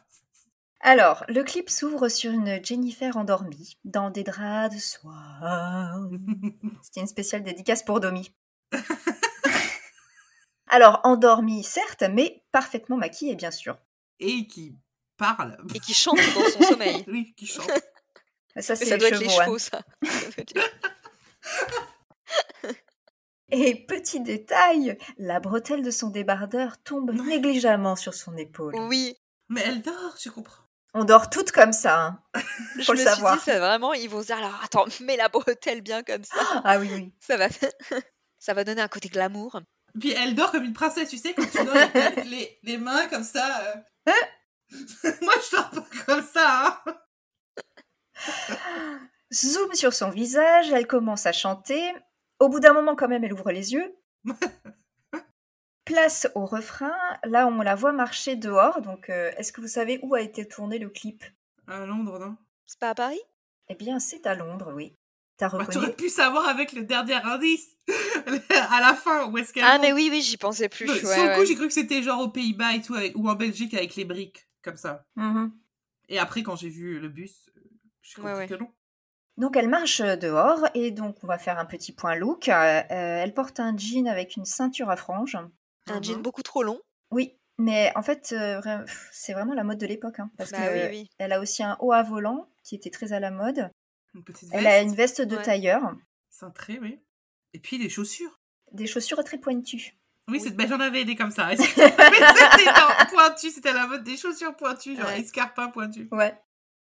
[SPEAKER 1] Alors, le clip s'ouvre sur une Jennifer endormie, dans des draps de soie. C'était une spéciale dédicace pour Domi. Alors, endormie, certes, mais parfaitement maquillée, bien sûr.
[SPEAKER 3] Et qui parle.
[SPEAKER 4] Et qui chante dans son sommeil.
[SPEAKER 3] Oui, qui chante.
[SPEAKER 1] Ça,
[SPEAKER 4] Mais
[SPEAKER 1] c'est les
[SPEAKER 4] ça doit
[SPEAKER 1] chevaux. hein.
[SPEAKER 4] être les
[SPEAKER 1] Anne.
[SPEAKER 4] chevaux, ça. Ça doit être-
[SPEAKER 1] Et petit détail, la bretelle de son débardeur tombe négligemment sur son épaule.
[SPEAKER 4] Oui,
[SPEAKER 3] Mais elle dort, tu comprends.
[SPEAKER 1] On dort toutes comme ça, hein.
[SPEAKER 4] je
[SPEAKER 1] Faut
[SPEAKER 4] me
[SPEAKER 1] le
[SPEAKER 4] suis
[SPEAKER 1] savoir.
[SPEAKER 4] dit, c'est vraiment, ils vont se dire, alors attends, mets la bretelle bien comme ça.
[SPEAKER 1] Ah oui, oui.
[SPEAKER 4] Ça va, ça va donner un côté glamour.
[SPEAKER 3] Puis elle dort comme une princesse, tu sais, quand tu dors avec les, les mains comme ça. euh.
[SPEAKER 4] Hein
[SPEAKER 3] Moi, je dors pas comme ça. Hein.
[SPEAKER 1] Zoom sur son visage, elle commence à chanter. Au bout d'un moment, quand même, elle ouvre les yeux. Place au refrain. Là, on la voit marcher dehors. Donc, euh, est-ce que vous savez où a été tourné le clip
[SPEAKER 3] À Londres, non
[SPEAKER 4] C'est pas à Paris
[SPEAKER 1] Eh bien, c'est à Londres, oui. T'as
[SPEAKER 3] bah,
[SPEAKER 1] reconnu
[SPEAKER 3] T'aurais pu savoir avec le dernier indice à la fin où est-ce qu'elle.
[SPEAKER 4] Ah,
[SPEAKER 3] monte.
[SPEAKER 4] mais oui, oui, j'y pensais plus.
[SPEAKER 3] Non,
[SPEAKER 4] ouais,
[SPEAKER 3] Sur le coup,
[SPEAKER 4] ouais.
[SPEAKER 3] j'ai cru que c'était genre aux Pays-Bas et tout, avec- ou en Belgique avec les briques, comme ça.
[SPEAKER 1] Mhm.
[SPEAKER 3] Et après, quand j'ai vu le bus, euh, je
[SPEAKER 4] Ouais,
[SPEAKER 3] compris
[SPEAKER 4] ouais.
[SPEAKER 3] que non.
[SPEAKER 1] Donc elle marche dehors et donc on va faire un petit point look. Euh, euh, elle porte un jean avec une ceinture à franges.
[SPEAKER 4] Un jean
[SPEAKER 1] hein.
[SPEAKER 3] Mhm.
[SPEAKER 4] beaucoup trop long.
[SPEAKER 1] Oui, mais en fait euh, vra- pff, c'est vraiment la mode de l'époque hein, parce
[SPEAKER 4] Bah
[SPEAKER 1] que
[SPEAKER 4] oui, oui.
[SPEAKER 1] elle a aussi un haut à volant qui était très à la mode.
[SPEAKER 3] Une petite
[SPEAKER 1] Elle a
[SPEAKER 3] veste,
[SPEAKER 1] une veste de
[SPEAKER 4] ouais.
[SPEAKER 1] tailleur,
[SPEAKER 3] cintrée, oui. Et puis des chaussures.
[SPEAKER 1] des chaussures très pointues.
[SPEAKER 3] Oui,
[SPEAKER 4] Oui.
[SPEAKER 3] cette belle, j'en avais des comme ça. Mais c'était en pointu, c'était la mode des chaussures pointues, genre
[SPEAKER 4] Ouais.
[SPEAKER 3] escarpins pointus.
[SPEAKER 1] Ouais.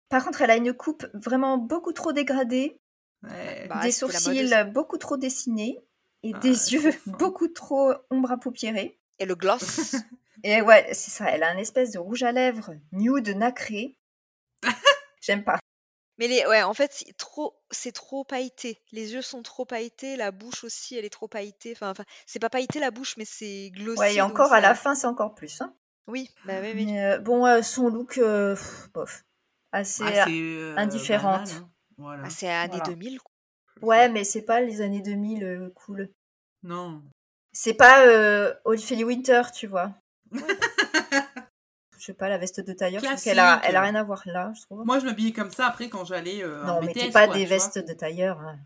[SPEAKER 1] Par contre, elle a une coupe vraiment beaucoup trop dégradée,
[SPEAKER 3] Ouais.
[SPEAKER 4] Bah,
[SPEAKER 1] des
[SPEAKER 4] c'est la mode aussi.
[SPEAKER 1] sourcils beaucoup trop dessinés et
[SPEAKER 3] Ah,
[SPEAKER 1] des
[SPEAKER 3] c'est
[SPEAKER 1] yeux
[SPEAKER 3] fin.
[SPEAKER 1] beaucoup trop ombre à paupières.
[SPEAKER 4] Et le gloss.
[SPEAKER 1] Et ouais, c'est ça, elle a un espèce de rouge à lèvres nude nacré. J'aime pas.
[SPEAKER 4] Mais les, ouais, en fait, c'est trop, c'est trop pailleté. Les yeux sont trop pailletés, la bouche aussi, elle est trop pailletée. Enfin, enfin, c'est pas pailleté la bouche, mais c'est glossy.
[SPEAKER 1] Ouais, et
[SPEAKER 4] donc
[SPEAKER 1] encore à
[SPEAKER 4] ça-
[SPEAKER 1] la fin, c'est encore plus. hein.
[SPEAKER 4] Oui, bah oui, oui.
[SPEAKER 1] Mais, euh, bon, euh, son look, euh, pff, bof, assez.
[SPEAKER 3] Ah, c'est, euh,
[SPEAKER 1] indifférente.
[SPEAKER 3] banal, hein. Voilà.
[SPEAKER 4] Ah, c'est années
[SPEAKER 1] Voilà.
[SPEAKER 4] 2000. quoi.
[SPEAKER 1] Ouais, mais c'est pas les années 2000 euh, cool.
[SPEAKER 3] Non.
[SPEAKER 1] C'est pas euh, Olivia Winter, tu vois. Je sais pas, la veste de tailleur, je trouve qu'elle a,
[SPEAKER 3] Classique.
[SPEAKER 1] elle a rien à voir là, je trouve.
[SPEAKER 3] Moi, je m'habillais comme ça après quand j'allais euh, en
[SPEAKER 1] non,
[SPEAKER 3] BTS.
[SPEAKER 1] mais t'es pas
[SPEAKER 3] quoi,
[SPEAKER 1] des
[SPEAKER 3] tu vois.
[SPEAKER 1] vestes de tailleur. hein.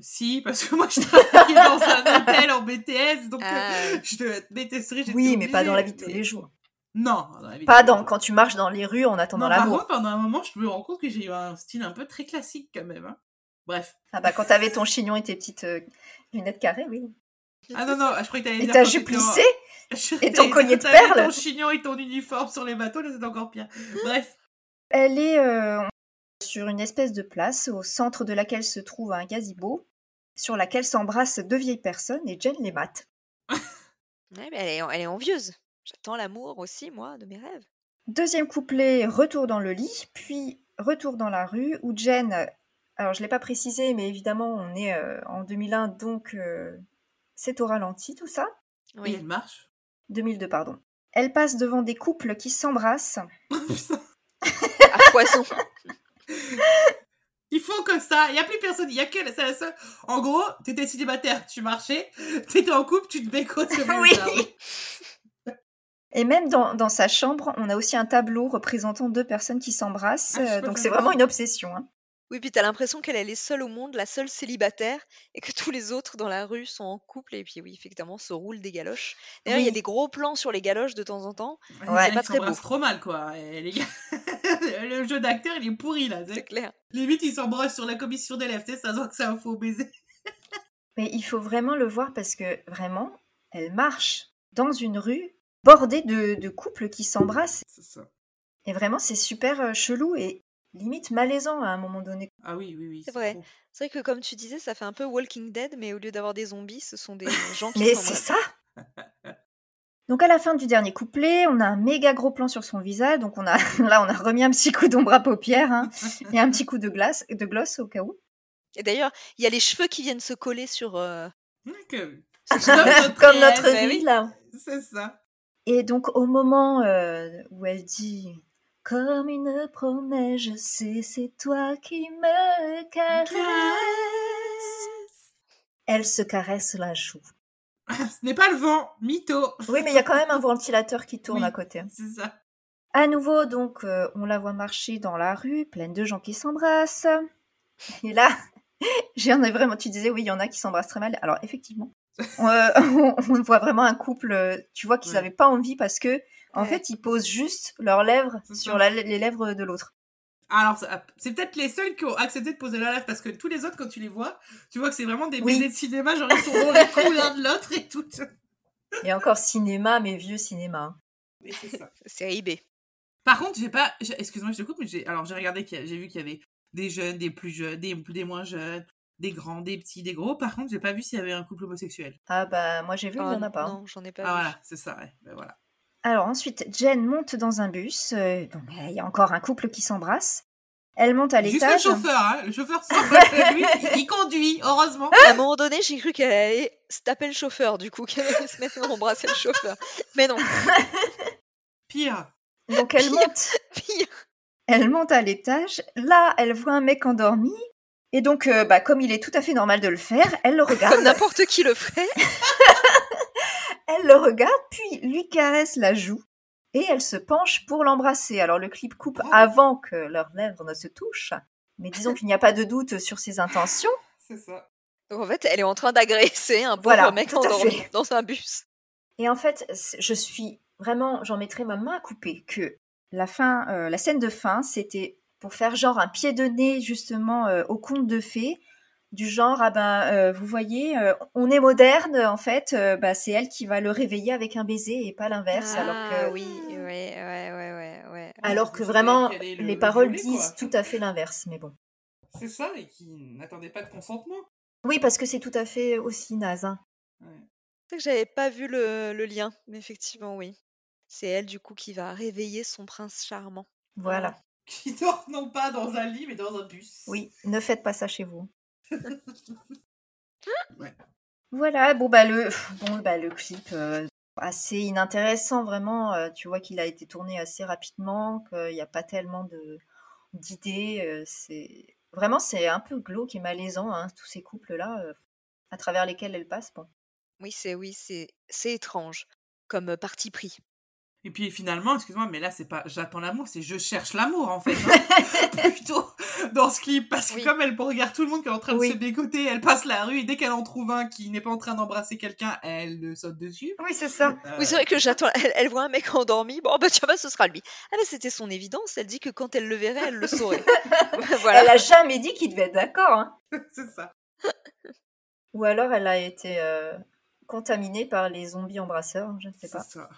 [SPEAKER 3] Si, parce que moi, je travaillais dans un hôtel en BTS, donc
[SPEAKER 4] Ah.
[SPEAKER 3] euh, je devais être BTS
[SPEAKER 1] Oui, mais pas dans la vie de tous les jours.
[SPEAKER 3] Non, dans la vie de tous
[SPEAKER 1] Pas
[SPEAKER 3] les
[SPEAKER 1] dans,
[SPEAKER 3] jours.
[SPEAKER 1] quand tu marches dans les rues en attendant
[SPEAKER 3] Non, bah, par
[SPEAKER 1] l'amour.
[SPEAKER 3] contre, pendant un moment, je me rends compte que j'ai eu un style un peu très classique quand même. hein. Bref.
[SPEAKER 1] Ah bah quand t'avais ton chignon et tes petites euh, lunettes carrées, oui.
[SPEAKER 3] Ah non, non, je croyais que t'allais
[SPEAKER 1] Et
[SPEAKER 3] dire
[SPEAKER 1] ta
[SPEAKER 3] quand
[SPEAKER 1] jupe
[SPEAKER 3] t'étais en-
[SPEAKER 1] plissée
[SPEAKER 3] Je-
[SPEAKER 1] Et ton
[SPEAKER 3] t'as-
[SPEAKER 1] collier de
[SPEAKER 3] t'avais
[SPEAKER 1] perles
[SPEAKER 3] ton chignon et ton uniforme sur les bateaux, là c'est encore pire. Bref.
[SPEAKER 1] Elle est euh, sur une espèce de place au centre de laquelle se trouve un gazebo sur laquelle s'embrassent deux vieilles personnes et Jen les mate.
[SPEAKER 4] Ouais, mais elle est, en- elle est envieuse. J'attends l'amour aussi, moi, de mes rêves.
[SPEAKER 1] Deuxième couplet, retour dans le lit, puis retour dans la rue où Jen, alors je ne l'ai pas précisé, mais évidemment on est euh, en 2001 donc euh, c'est au ralenti tout ça.
[SPEAKER 3] Et
[SPEAKER 4] Oui.
[SPEAKER 3] elle marche.
[SPEAKER 1] 2002 pardon. Elle passe devant des couples qui s'embrassent.
[SPEAKER 3] Putain.
[SPEAKER 4] À poisson.
[SPEAKER 3] Ils font comme ça, il n'y a plus personne, il n'y a que c'est la seule. En gros, t'étais célibataire, tu marchais, t'étais en couple, tu te bécotes.
[SPEAKER 1] Oui. Et même dans, dans sa chambre, on a aussi un tableau représentant deux personnes qui s'embrassent.
[SPEAKER 3] Ah, je sais
[SPEAKER 1] euh,
[SPEAKER 3] pas
[SPEAKER 1] donc
[SPEAKER 3] faire
[SPEAKER 1] c'est
[SPEAKER 3] ça.
[SPEAKER 1] vraiment une obsession. hein.
[SPEAKER 4] Oui, puis t'as l'impression qu'elle elle est seule au monde, la seule célibataire, et que tous les autres dans la rue sont en couple, et puis oui, effectivement, se roulent des galoches. D'ailleurs, il y a
[SPEAKER 1] Oui.
[SPEAKER 4] des gros plans sur les galoches de temps en temps,
[SPEAKER 1] Ouais,
[SPEAKER 3] Ouais,
[SPEAKER 4] pas
[SPEAKER 3] pas
[SPEAKER 4] très
[SPEAKER 3] très
[SPEAKER 4] beau.
[SPEAKER 3] trop mal, quoi. Et les gars, le jeu d'acteur, il est pourri, là. tu
[SPEAKER 4] c'est
[SPEAKER 3] sais.
[SPEAKER 4] clair.
[SPEAKER 3] Limite, ils s'embrassent sur la commission des lèvres, tu sais, ça se voit que c'est un faux baiser.
[SPEAKER 1] Mais il faut vraiment le voir parce que vraiment, elle marche dans une rue bordée de, de couples qui s'embrassent.
[SPEAKER 3] C'est ça.
[SPEAKER 1] Et vraiment, c'est super euh, chelou et limite malaisant à un moment donné.
[SPEAKER 3] Ah oui, oui, oui.
[SPEAKER 4] C'est vrai.
[SPEAKER 3] trop.
[SPEAKER 4] C'est vrai que comme tu disais, ça fait un peu Walking Dead, mais au lieu d'avoir des zombies, ce sont des gens qui
[SPEAKER 1] Mais c'est
[SPEAKER 4] s'embrassent.
[SPEAKER 1] ça Donc à la fin du dernier couplet, on a un méga gros plan sur son visage. Donc on a là, on a remis un petit coup d'ombre à paupières hein, et un petit coup de glace, de gloss au cas où.
[SPEAKER 4] Et d'ailleurs, il y a les cheveux qui viennent se coller sur. euh,
[SPEAKER 3] Ouais, que-
[SPEAKER 4] sur
[SPEAKER 3] Comme notre
[SPEAKER 1] Comme notre
[SPEAKER 4] réel, bah oui.
[SPEAKER 1] vie là.
[SPEAKER 3] C'est ça.
[SPEAKER 1] Et donc au moment euh, où elle dit Comme une promesse, je sais, c'est toi qui me caresse. Elle se caresse la joue.
[SPEAKER 3] Ce n'est pas le vent, mytho.
[SPEAKER 1] Oui, mais il y a quand même un ventilateur qui tourne
[SPEAKER 3] Oui.
[SPEAKER 1] à côté. hein.
[SPEAKER 3] C'est ça.
[SPEAKER 1] À nouveau, donc, euh, on la voit marcher dans la rue, pleine de gens qui s'embrassent. Et là, j'en ai vraiment. Tu disais, oui, il y en a qui s'embrassent très mal. Alors, effectivement, on, euh, on- on voit vraiment un couple, euh, tu vois, qu'ils
[SPEAKER 3] Ouais.
[SPEAKER 1] n'avaient pas envie parce que, en
[SPEAKER 4] Ouais.
[SPEAKER 1] fait, ils posent juste leurs lèvres
[SPEAKER 3] C'est ça.
[SPEAKER 1] sur la- les lèvres de l'autre.
[SPEAKER 3] Alors, ça- c'est peut-être les seuls qui ont accepté de poser la lèvre parce que tous les autres, quand tu les vois, tu vois que c'est vraiment des
[SPEAKER 1] Oui.
[SPEAKER 3] baisers de cinéma, genre ils sont dans les coups l'un de l'autre et tout.
[SPEAKER 1] Et encore cinéma, mais vieux cinéma. hein.
[SPEAKER 3] Mais c'est ça.
[SPEAKER 4] Série B.
[SPEAKER 3] Par contre, j'ai pas. j'ai- Excuse-moi, je te coupe, mais j'ai. Alors, j'ai regardé, qu'il y a- j'ai vu qu'il y avait des jeunes, des plus jeunes, des, des moins jeunes, des grands, des petits, des gros. Par contre, j'ai pas vu s'il y avait un couple homosexuel.
[SPEAKER 1] Ah bah, moi j'ai vu, il
[SPEAKER 4] Ah
[SPEAKER 1] n'y en a
[SPEAKER 4] non,
[SPEAKER 1] pas.
[SPEAKER 4] Non, j'en ai pas
[SPEAKER 3] Ah,
[SPEAKER 4] vu.
[SPEAKER 3] voilà, c'est ça, ouais. Ben, voilà.
[SPEAKER 1] Alors ensuite, Jen monte dans un bus. euh, bon, bah, il y a encore un couple qui s'embrasse. Elle monte à
[SPEAKER 3] Juste le
[SPEAKER 1] l'étage.
[SPEAKER 3] chauffeur, hein. Le chauffeur sort, lui, il- il conduit, heureusement.
[SPEAKER 4] À un moment donné, j'ai cru qu'elle allait se taper le chauffeur, du coup, qu'elle allait se mettre à embrasser le chauffeur. Mais non,
[SPEAKER 3] Pire.
[SPEAKER 1] Donc elle monte.
[SPEAKER 4] pire.
[SPEAKER 1] Elle monte à l'étage, là elle voit un mec endormi, et donc euh, bah, comme il est tout à fait normal de le faire, elle le
[SPEAKER 4] Comme
[SPEAKER 1] regarde,
[SPEAKER 4] n'importe qui le ferait.
[SPEAKER 1] elle le regarde, puis lui caresse la joue, et elle se penche pour l'embrasser. Alors le clip coupe
[SPEAKER 3] Oh.
[SPEAKER 1] avant que leurs lèvres ne se touchent, mais disons qu'il n'y a pas de doute sur ses intentions.
[SPEAKER 3] C'est ça.
[SPEAKER 4] Donc en fait, elle est en train d'agresser un pauvre
[SPEAKER 1] Voilà,
[SPEAKER 4] mec
[SPEAKER 1] tout à
[SPEAKER 4] endormi
[SPEAKER 1] fait.
[SPEAKER 4] dans un bus.
[SPEAKER 1] Et en fait, c'est- je suis vraiment, j'en mettrais ma main à couper que la fin, euh, la scène de fin, c'était pour faire genre un pied de nez justement euh, au conte de fées, du genre ah ben euh, vous voyez, euh, on est moderne en fait, euh, bah, c'est elle qui va le réveiller avec un baiser et pas l'inverse, alors que
[SPEAKER 4] Ah oui, ouais, ouais, ouais, ouais, ouais.
[SPEAKER 1] alors
[SPEAKER 3] Ah je
[SPEAKER 1] que
[SPEAKER 3] sais
[SPEAKER 1] vraiment
[SPEAKER 3] quel est le-
[SPEAKER 1] les
[SPEAKER 3] le
[SPEAKER 1] paroles
[SPEAKER 3] violet, quoi.
[SPEAKER 1] disent tout à fait l'inverse, mais bon.
[SPEAKER 3] C'est ça, et qui n'attendait pas de consentement.
[SPEAKER 1] Oui, parce que c'est tout à fait aussi naze. hein.
[SPEAKER 4] C'est que j'avais pas vu le, le lien, mais effectivement, oui. C'est elle, du coup, qui va réveiller son prince charmant.
[SPEAKER 1] Voilà.
[SPEAKER 3] Qui dort non pas dans un lit, mais dans un bus.
[SPEAKER 1] Oui, ne faites pas ça chez vous.
[SPEAKER 3] Ouais.
[SPEAKER 1] Voilà, bon bah le, pff, bon, bah, le clip euh, assez inintéressant vraiment. euh, tu vois qu'il a été tourné assez rapidement, qu'il n'y a pas tellement de d'idées. euh, c'est vraiment c'est un peu glauque et malaisant hein, tous ces couples là à travers lesquels elle passe. Bon.
[SPEAKER 4] Oui, c'est oui, c'est c'est étrange comme euh, parti pris.
[SPEAKER 3] Et puis finalement, excuse-moi, mais là, c'est pas j'attends l'amour, c'est je cherche l'amour en fait. hein. Plutôt dans ce qui. Parce que
[SPEAKER 4] Oui.
[SPEAKER 3] comme elle regarde tout le monde qui est en train
[SPEAKER 1] Oui.
[SPEAKER 3] de se dégoter, elle passe la rue et dès qu'elle en trouve un qui n'est pas en train d'embrasser quelqu'un, elle le saute dessus. Euh,
[SPEAKER 1] Oui, c'est ça.
[SPEAKER 4] Oui, c'est vrai que j'attends. Elle, elle voit un mec endormi. Bon, bah tiens, bah, ce sera lui. Ah, bah c'était son évidence. Elle dit que quand elle le verrait, elle le saurait. voilà.
[SPEAKER 1] Elle a jamais dit qu'il devait être d'accord. hein.
[SPEAKER 3] Euh, c'est ça.
[SPEAKER 1] Ou alors elle a été euh, contaminée par les zombies embrasseurs, hein, je ne sais
[SPEAKER 3] C'est
[SPEAKER 1] pas.
[SPEAKER 3] ça.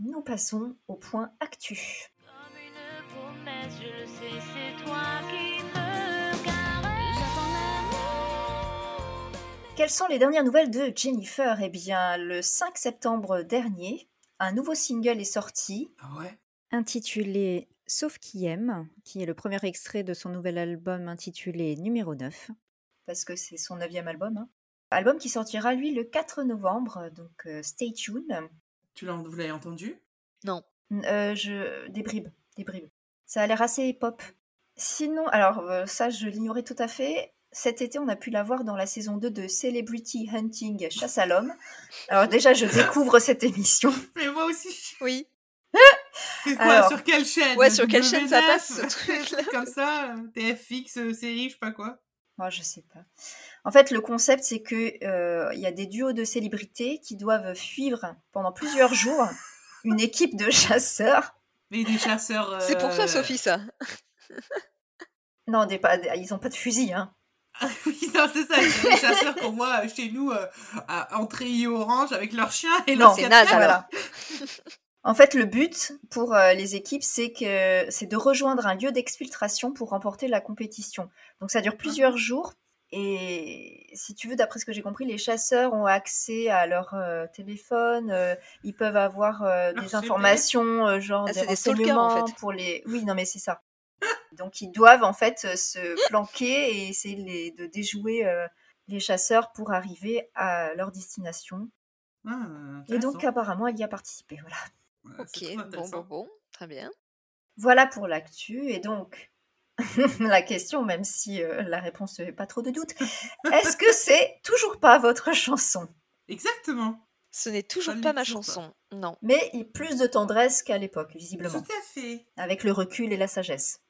[SPEAKER 1] Nous passons au point actu.
[SPEAKER 5] Comme une promesse, je le sais, c'est toi qui me caresse. J'attends l'amour.
[SPEAKER 1] Quelles sont les dernières nouvelles de Jennifer Eh bien, le 5 septembre dernier, un nouveau single est sorti
[SPEAKER 3] Ah ouais.
[SPEAKER 1] intitulé Sauf qui aime, qui est le premier extrait de son nouvel album intitulé Numéro 9, parce que c'est son neuvième album. hein. Album qui sortira, lui, le 4 novembre, donc euh, stay tuned.
[SPEAKER 3] Tu l'as, vous l'avez entendu
[SPEAKER 1] Euh, je... Des bribes, des bribes. Ça a l'air assez pop. Sinon, alors euh, ça je l'ignorais tout à fait, cet été on a pu la voir dans la saison 2 de Celebrity Hunting Chasse à l'homme. Alors déjà je découvre cette émission.
[SPEAKER 3] Mais moi aussi.
[SPEAKER 4] Oui.
[SPEAKER 3] C'est quoi
[SPEAKER 1] Alors.
[SPEAKER 3] Sur quelle chaîne
[SPEAKER 4] Ouais, sur quelle
[SPEAKER 3] W9,
[SPEAKER 4] chaîne ça passe, ce
[SPEAKER 3] un truc Comme ça, euh, TFX, euh, série, je sais pas quoi.
[SPEAKER 1] Moi je sais pas. En fait le concept c'est que euh, il y a des duos de célébrités qui doivent suivre pendant plusieurs jours une équipe de chasseurs.
[SPEAKER 3] Mais des chasseurs.
[SPEAKER 4] C'est pour
[SPEAKER 3] euh,
[SPEAKER 4] toi, Sophie, ça.
[SPEAKER 1] Non, des, pas, des- ils ont pas de fusil, hein.
[SPEAKER 3] Oui, non, c'est ça, c'est les chasseurs qu'on voit euh, chez nous euh, à, en treillis orange avec leurs chiens et
[SPEAKER 1] Non,
[SPEAKER 3] leurs
[SPEAKER 4] c'est
[SPEAKER 3] quatre
[SPEAKER 4] naze,
[SPEAKER 3] pattes.
[SPEAKER 4] alors.
[SPEAKER 1] Ah, Voilà. En fait, le but pour euh, les équipes, c'est que c'est de rejoindre un lieu d'exfiltration pour remporter la compétition. Donc ça dure
[SPEAKER 4] Ah.
[SPEAKER 1] plusieurs jours. Et si tu veux, d'après ce que j'ai compris, les chasseurs ont accès à leur euh, téléphone. euh, ils peuvent avoir euh,
[SPEAKER 3] Leur
[SPEAKER 1] des
[SPEAKER 3] GPS.
[SPEAKER 1] informations, euh, genre
[SPEAKER 4] Ah,
[SPEAKER 1] des
[SPEAKER 4] c'est des stalkers,
[SPEAKER 1] renseignements
[SPEAKER 4] en fait.
[SPEAKER 1] pour les. Oui, non, mais c'est ça. Donc ils doivent en fait euh, se planquer et essayer de les- de déjouer euh, les chasseurs pour arriver à leur destination.
[SPEAKER 3] Ah,
[SPEAKER 1] Et
[SPEAKER 3] intéressant.
[SPEAKER 1] donc apparemment, elle y a participé. Voilà.
[SPEAKER 3] Ouais,
[SPEAKER 4] Ok,
[SPEAKER 3] c'est trop
[SPEAKER 4] bon, bon,
[SPEAKER 3] intéressant.
[SPEAKER 4] bon. Très bien.
[SPEAKER 1] Voilà pour l'actu. Et donc, la question, même si euh, la réponse ne fait pas trop de doute, est-ce que c'est toujours pas votre chanson
[SPEAKER 3] Exactement,
[SPEAKER 4] Ce n'est toujours
[SPEAKER 3] ne
[SPEAKER 4] pas
[SPEAKER 3] l'est
[SPEAKER 4] ma
[SPEAKER 3] toujours pas.
[SPEAKER 4] chanson. Non.
[SPEAKER 1] Mais il y a plus de tendresse qu'à l'époque,
[SPEAKER 3] tout
[SPEAKER 1] visiblement,
[SPEAKER 3] à fait.
[SPEAKER 1] avec le recul et la sagesse.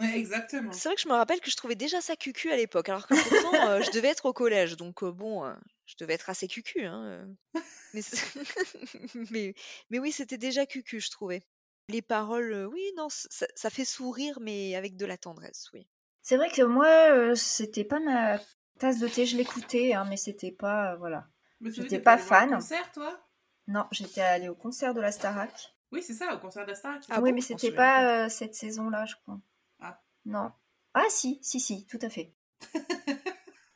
[SPEAKER 3] Ouais, exactement.
[SPEAKER 4] C'est vrai que je me rappelle que je trouvais déjà ça cucu à l'époque, alors que pourtant euh, je devais être au collège, donc euh, bon, euh, je devais être assez cucu. hein, euh. mais, c'est- mais, mais oui, c'était déjà cucu, je trouvais. Les paroles, euh, oui, non, c- ça, ça fait sourire, mais avec de la tendresse, oui.
[SPEAKER 1] C'est vrai que moi, euh, c'était pas ma tasse de thé, je l'écoutais, hein, mais c'était pas. euh, voilà.
[SPEAKER 3] Mais tu veux
[SPEAKER 1] j'étais
[SPEAKER 3] dire,
[SPEAKER 1] pas
[SPEAKER 3] t'es allée voir un
[SPEAKER 1] fan.
[SPEAKER 3] concert, toi
[SPEAKER 1] Non, j'étais allée au concert de la Starac.
[SPEAKER 3] Oui, c'est ça, au concert d'Astar.
[SPEAKER 4] Ah
[SPEAKER 1] oui,
[SPEAKER 4] bon
[SPEAKER 1] mais
[SPEAKER 4] Je m'en
[SPEAKER 1] c'était
[SPEAKER 4] souviens
[SPEAKER 1] pas euh, cette saison-là, je crois.
[SPEAKER 3] Ah.
[SPEAKER 1] Non. Ah si, si, si, tout à fait.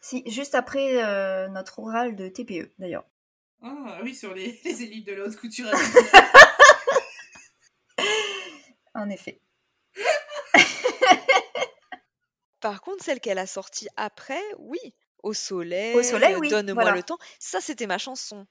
[SPEAKER 1] si, juste après euh, notre oral de TPE, d'ailleurs.
[SPEAKER 3] Ah oui, sur les, les élites de la haute couture.
[SPEAKER 1] Ah, En effet.
[SPEAKER 4] Par contre, celle qu'elle a sortie après, oui, au soleil,
[SPEAKER 1] Au soleil,
[SPEAKER 4] euh,
[SPEAKER 1] oui,
[SPEAKER 4] donne-moi
[SPEAKER 1] voilà.
[SPEAKER 4] le temps, ça c'était ma chanson.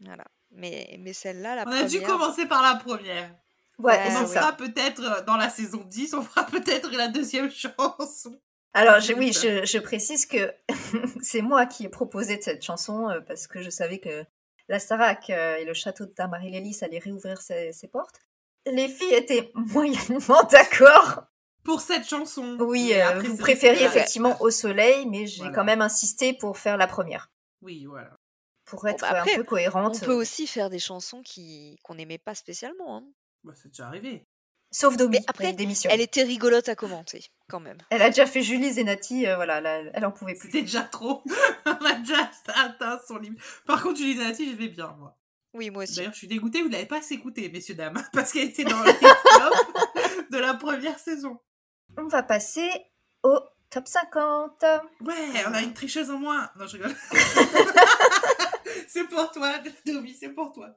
[SPEAKER 4] Voilà. Mais, mais celle-là, la
[SPEAKER 3] on
[SPEAKER 4] première.
[SPEAKER 3] a dû commencer par la première.
[SPEAKER 1] Ouais,
[SPEAKER 4] Ouais, bah
[SPEAKER 1] c'est
[SPEAKER 3] on en
[SPEAKER 4] oui.
[SPEAKER 1] ça.
[SPEAKER 3] fera peut-être euh, dans la saison 10, on fera peut-être la deuxième chanson.
[SPEAKER 1] Alors je- oui, je, je précise que c'est moi qui ai proposé de cette chanson euh, parce que je savais que la Starac euh, et le château de Tamarilelis allaient réouvrir ses, ses portes. Les filles étaient moyennement d'accord.
[SPEAKER 3] Pour cette chanson.
[SPEAKER 1] Oui,
[SPEAKER 3] Mais
[SPEAKER 1] euh,
[SPEAKER 3] après,
[SPEAKER 1] vous
[SPEAKER 3] c'est-
[SPEAKER 1] préfériez
[SPEAKER 4] Ouais.
[SPEAKER 1] effectivement au soleil, mais j'ai
[SPEAKER 3] Voilà.
[SPEAKER 1] quand même insisté pour faire la première,
[SPEAKER 3] Oui, voilà.
[SPEAKER 1] pour être
[SPEAKER 4] bah
[SPEAKER 1] euh,
[SPEAKER 4] après,
[SPEAKER 1] un peu
[SPEAKER 4] On
[SPEAKER 1] cohérente.
[SPEAKER 4] peut aussi faire des chansons qui qu'on n'aimait pas spécialement. hein.
[SPEAKER 3] Bah, c'est déjà arrivé.
[SPEAKER 1] Sauf Domi,
[SPEAKER 4] Mais après,
[SPEAKER 1] elle démissionne.
[SPEAKER 4] Elle était rigolote à commenter, quand même.
[SPEAKER 1] Elle a déjà fait Julie Zenati, euh, voilà, là, elle en pouvait plus.
[SPEAKER 3] C'était déjà trop. On a déjà atteint son limite. Par contre, Julie Zanatti, je vais bien, moi.
[SPEAKER 4] Oui, moi aussi.
[SPEAKER 3] D'ailleurs, je suis dégoûtée, vous ne l'avez pas assez écoutée, messieurs, dames, parce qu'elle était dans les flops de la première saison.
[SPEAKER 1] On va passer au top 50.
[SPEAKER 3] Ouais, on a une tricheuse en moins. Non, je rigole. c'est pour toi, Domi, c'est pour toi.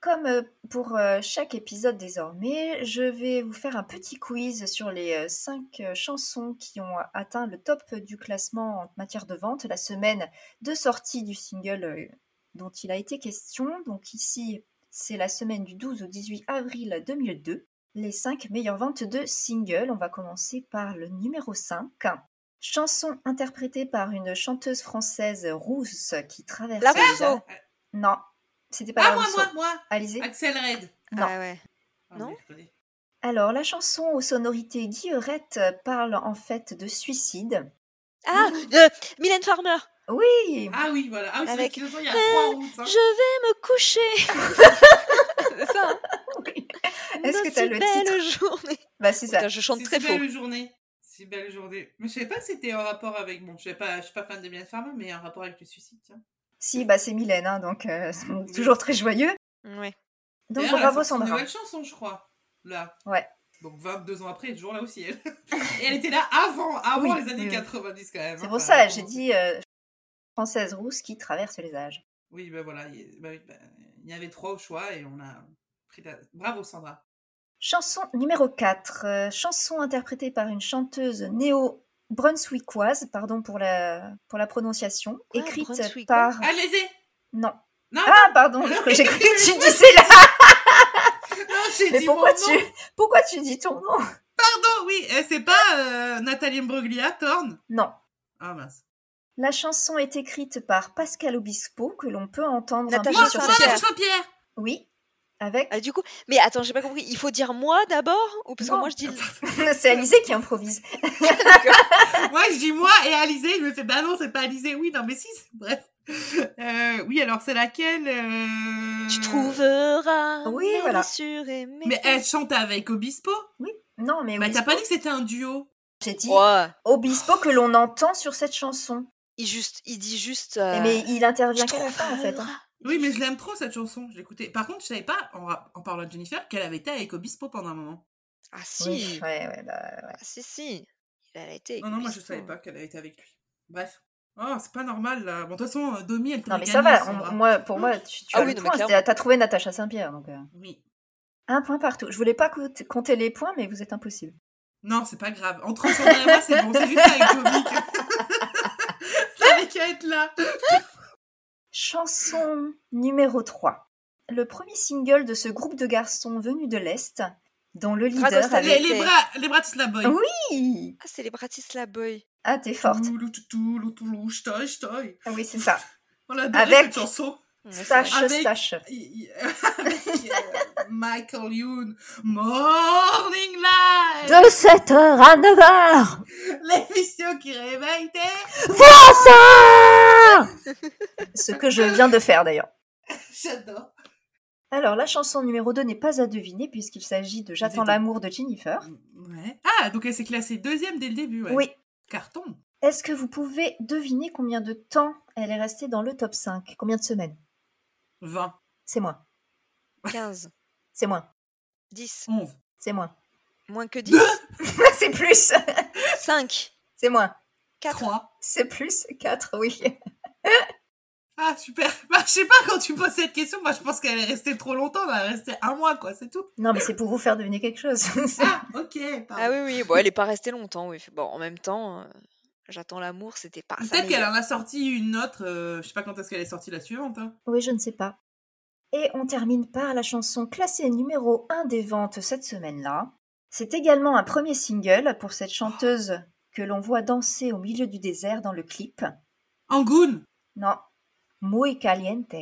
[SPEAKER 1] Comme euh, pour euh, chaque épisode désormais, je vais vous faire un petit quiz sur les 5 chansons qui ont atteint le top du classement en matière de vente la semaine de sortie du single euh, dont il a été question. Donc ici, c'est la semaine du 12 au 18 avril 2002. les 5 meilleures ventes de singles. On va commencer par le numéro 5. Chanson interprétée par une chanteuse française rousse qui traverse
[SPEAKER 4] La
[SPEAKER 1] les
[SPEAKER 4] Rousseau.
[SPEAKER 1] Alpes. Non, c'était pas
[SPEAKER 3] Ah,
[SPEAKER 1] la
[SPEAKER 3] moi,
[SPEAKER 1] Rousseau.
[SPEAKER 3] moi, moi
[SPEAKER 1] Alizée
[SPEAKER 3] Axel Red.
[SPEAKER 1] Ben Non.
[SPEAKER 4] Ah ouais.
[SPEAKER 3] Ah,
[SPEAKER 4] Non.
[SPEAKER 3] mais je connais.
[SPEAKER 1] Alors, la chanson aux sonorités guillerette parle en fait de suicide.
[SPEAKER 4] Ah, euh, Mylène Farmer.
[SPEAKER 1] Hein. Oui
[SPEAKER 3] Ah oui, voilà. Ah oui, c'est vrai
[SPEAKER 4] Avec-
[SPEAKER 3] qu'il y a trois routes. hein.
[SPEAKER 4] Je vais me coucher. c'est ça. hein,
[SPEAKER 3] Ah
[SPEAKER 1] Oui. Est-ce
[SPEAKER 4] dans
[SPEAKER 1] que t'as
[SPEAKER 4] si
[SPEAKER 1] le
[SPEAKER 4] belle
[SPEAKER 1] titre
[SPEAKER 4] journée.
[SPEAKER 1] Bah, c'est ça.
[SPEAKER 4] Putain, je chante
[SPEAKER 3] C'est
[SPEAKER 4] très
[SPEAKER 3] si
[SPEAKER 4] faux.
[SPEAKER 3] belle journée. Si belle journée. Mais je savais pas que c'était en rapport avec. Bon, je sais pas, je suis pas fan de Mylène Farmer, mais un rapport avec le suicide, tiens.
[SPEAKER 1] Si, bah, c'est Mylène, hein, donc euh, toujours très joyeux. Donc,
[SPEAKER 4] Ouais.
[SPEAKER 3] Ah D'ailleurs, elle a
[SPEAKER 1] bravo
[SPEAKER 3] sorti Une
[SPEAKER 1] Sandra.
[SPEAKER 3] nouvelle chanson, je crois. Là.
[SPEAKER 1] Ouais.
[SPEAKER 3] Donc 22 ans après, elle est toujours là aussi, elle. Et elle était là avant, avant
[SPEAKER 1] Oui,
[SPEAKER 3] les années
[SPEAKER 1] oui, oui.
[SPEAKER 3] 90 quand même.
[SPEAKER 1] C'est
[SPEAKER 3] hein,
[SPEAKER 1] pour
[SPEAKER 3] enfin,
[SPEAKER 1] ça,
[SPEAKER 3] avant.
[SPEAKER 1] j'ai dit euh, française rousse qui traverse les âges.
[SPEAKER 3] Oui, ben voilà. Il bah oui, bah, il y avait trois au choix et on a pris la. Bravo Sandra.
[SPEAKER 1] Chanson numéro 4. euh, chanson interprétée par une chanteuse néo-brunswickoise, pardon pour la, pour la prononciation,
[SPEAKER 4] Quoi,
[SPEAKER 1] écrite
[SPEAKER 4] brunswickoise
[SPEAKER 1] par...
[SPEAKER 3] Allez-y
[SPEAKER 1] Non.
[SPEAKER 3] Ah, Non,
[SPEAKER 1] Ah, pardon, je- j'ai cru que tu disais là
[SPEAKER 3] non, Ah, j'ai
[SPEAKER 1] Mais
[SPEAKER 3] dit
[SPEAKER 1] pourquoi
[SPEAKER 3] mon
[SPEAKER 1] tu,
[SPEAKER 3] nom.
[SPEAKER 1] pourquoi tu dis ton nom
[SPEAKER 3] Pardon, oui, euh, c'est pas euh, Nathalie Imbruglia, Thorne
[SPEAKER 1] Non.
[SPEAKER 3] Ah mince.
[SPEAKER 1] La chanson est écrite par Pascal Obispo, que l'on peut entendre un peu
[SPEAKER 4] Natacha
[SPEAKER 1] sur
[SPEAKER 4] Saint-Pierre.
[SPEAKER 1] cette...
[SPEAKER 3] Natacha Saint-Pierre
[SPEAKER 1] Oui, avec...
[SPEAKER 4] Ah, du coup, mais attends, j'ai pas compris. Il faut dire moi d'abord ou parce
[SPEAKER 1] Non.
[SPEAKER 4] que moi je dis.
[SPEAKER 1] C'est Alizé qui improvise.
[SPEAKER 3] Moi, je dis moi et Alizé, je me fais bah non, c'est pas Alizé, oui, non, mais si, c'est- bref. Euh, oui, alors c'est laquelle euh,
[SPEAKER 4] Tu trouveras.
[SPEAKER 1] Oui,
[SPEAKER 4] mes
[SPEAKER 1] voilà.
[SPEAKER 4] blessures et mes
[SPEAKER 3] Mais elle chante avec Obispo
[SPEAKER 1] Non, mais
[SPEAKER 3] Mais
[SPEAKER 1] Eh
[SPEAKER 3] Bah, t'as
[SPEAKER 1] Obispo,
[SPEAKER 3] pas dit que c'était un duo
[SPEAKER 1] j'ai dit
[SPEAKER 4] Ouais.
[SPEAKER 1] Obispo que l'on entend sur cette chanson.
[SPEAKER 4] Il juste, il dit juste.
[SPEAKER 1] Et
[SPEAKER 4] euh,
[SPEAKER 1] Mais il intervient
[SPEAKER 4] tu
[SPEAKER 1] qu'à la fin, en fait. hein.
[SPEAKER 4] trouveras.
[SPEAKER 3] Eh Oui, mais je l'aime trop cette chanson, je l'écoutais. Par contre, je savais pas, en, ra- en parlant de Jennifer, qu'elle avait été avec Obispo pendant un moment.
[SPEAKER 4] Ah si.
[SPEAKER 1] Oui, ouais, ouais, bah,
[SPEAKER 4] Ah, si si. Il a été.
[SPEAKER 3] Non, non, moi je savais pas qu'elle avait été avec lui. Bref. Oh, c'est pas normal là. Bon, de toute façon, euh, Domi, elle
[SPEAKER 1] Non
[SPEAKER 3] t'aurait
[SPEAKER 1] mais ça
[SPEAKER 3] gagné,
[SPEAKER 1] va, on-
[SPEAKER 3] Sandra.
[SPEAKER 1] moi, pour moi, tu, tu
[SPEAKER 4] Ah
[SPEAKER 1] as le
[SPEAKER 4] oui, non, mais
[SPEAKER 1] point,
[SPEAKER 4] clairement.
[SPEAKER 1] c'est- t'as trouvé Natacha Saint-Pierre. Donc, euh,
[SPEAKER 3] Oui.
[SPEAKER 1] un point partout. Je voulais pas co- compter les points, mais vous êtes impossible.
[SPEAKER 3] Non, c'est pas grave. Entre Sandra et moi, c'est bon, c'est juste avec Domi. que- T'avais qu'à être là.
[SPEAKER 1] Chanson numéro 3. Le premier single de ce groupe de garçons venus de l'Est, dont le leader
[SPEAKER 4] Dragostea.
[SPEAKER 1] avait...
[SPEAKER 3] Les,
[SPEAKER 4] Avec
[SPEAKER 3] les
[SPEAKER 4] les-
[SPEAKER 3] bras, les bras de Slaboy.
[SPEAKER 1] Oui. Hi
[SPEAKER 4] Ah, c'est les Bratislava Boys.
[SPEAKER 1] Ah, t'es forte.
[SPEAKER 3] Toulou, toutoulou, toulou, ch'toi, ch'toi.
[SPEAKER 1] Ah oui, c'est ça.
[SPEAKER 3] On adore
[SPEAKER 1] Avec-
[SPEAKER 3] cette chanson.
[SPEAKER 4] Ouais, c'est
[SPEAKER 1] Stache,
[SPEAKER 3] Avec-
[SPEAKER 1] stache.
[SPEAKER 3] Il- il- Avec euh, Michael Youn. Morning Light.
[SPEAKER 1] De 7h à 9h
[SPEAKER 3] L'émission qui réveille tes...
[SPEAKER 1] Ce que je viens de faire, d'ailleurs.
[SPEAKER 3] J'adore.
[SPEAKER 1] Alors, la chanson numéro 2 n'est pas à deviner, puisqu'il s'agit de J'attends
[SPEAKER 3] J'étais-
[SPEAKER 1] l'amour de Jennifer.
[SPEAKER 3] Ouais. Ah, donc elle s'est classée deuxième dès le début. ouais.
[SPEAKER 1] Oui,
[SPEAKER 3] Carton.
[SPEAKER 1] Est-ce que vous pouvez deviner combien de temps elle est restée dans le top 5 Combien de semaines
[SPEAKER 3] 20,
[SPEAKER 1] C'est moins.
[SPEAKER 4] ça. 15,
[SPEAKER 1] C'est moins.
[SPEAKER 4] 10,
[SPEAKER 3] 11.
[SPEAKER 1] C'est moins.
[SPEAKER 4] moins que 10,
[SPEAKER 1] c'est plus.
[SPEAKER 4] 5,
[SPEAKER 1] C'est moins.
[SPEAKER 4] 4.
[SPEAKER 3] 3.
[SPEAKER 1] C'est plus. 4, oui.
[SPEAKER 3] Ah, super. Bah, je sais pas, quand tu poses cette question, moi, je pense qu'elle est restée trop longtemps. bah, Elle est restée un mois, quoi, c'est tout.
[SPEAKER 1] Non, mais c'est pour vous faire deviner quelque chose.
[SPEAKER 3] Ah, ok. pardon.
[SPEAKER 4] Ah oui, oui, bon, elle est pas restée longtemps, oui. Bon, en même temps, euh, j'attends l'amour, c'était pas Ah, ça.
[SPEAKER 3] Peut-être qu'elle en a sorti une autre. euh, je sais pas quand est-ce qu'elle est sortie la suivante. hein.
[SPEAKER 1] oui, je ne sais pas. Et on termine par la chanson classée numéro 1 des ventes cette semaine-là. C'est également un premier single pour cette chanteuse que l'on voit danser au milieu du désert dans le clip.
[SPEAKER 3] Angoon.
[SPEAKER 1] Non. Muy caliente.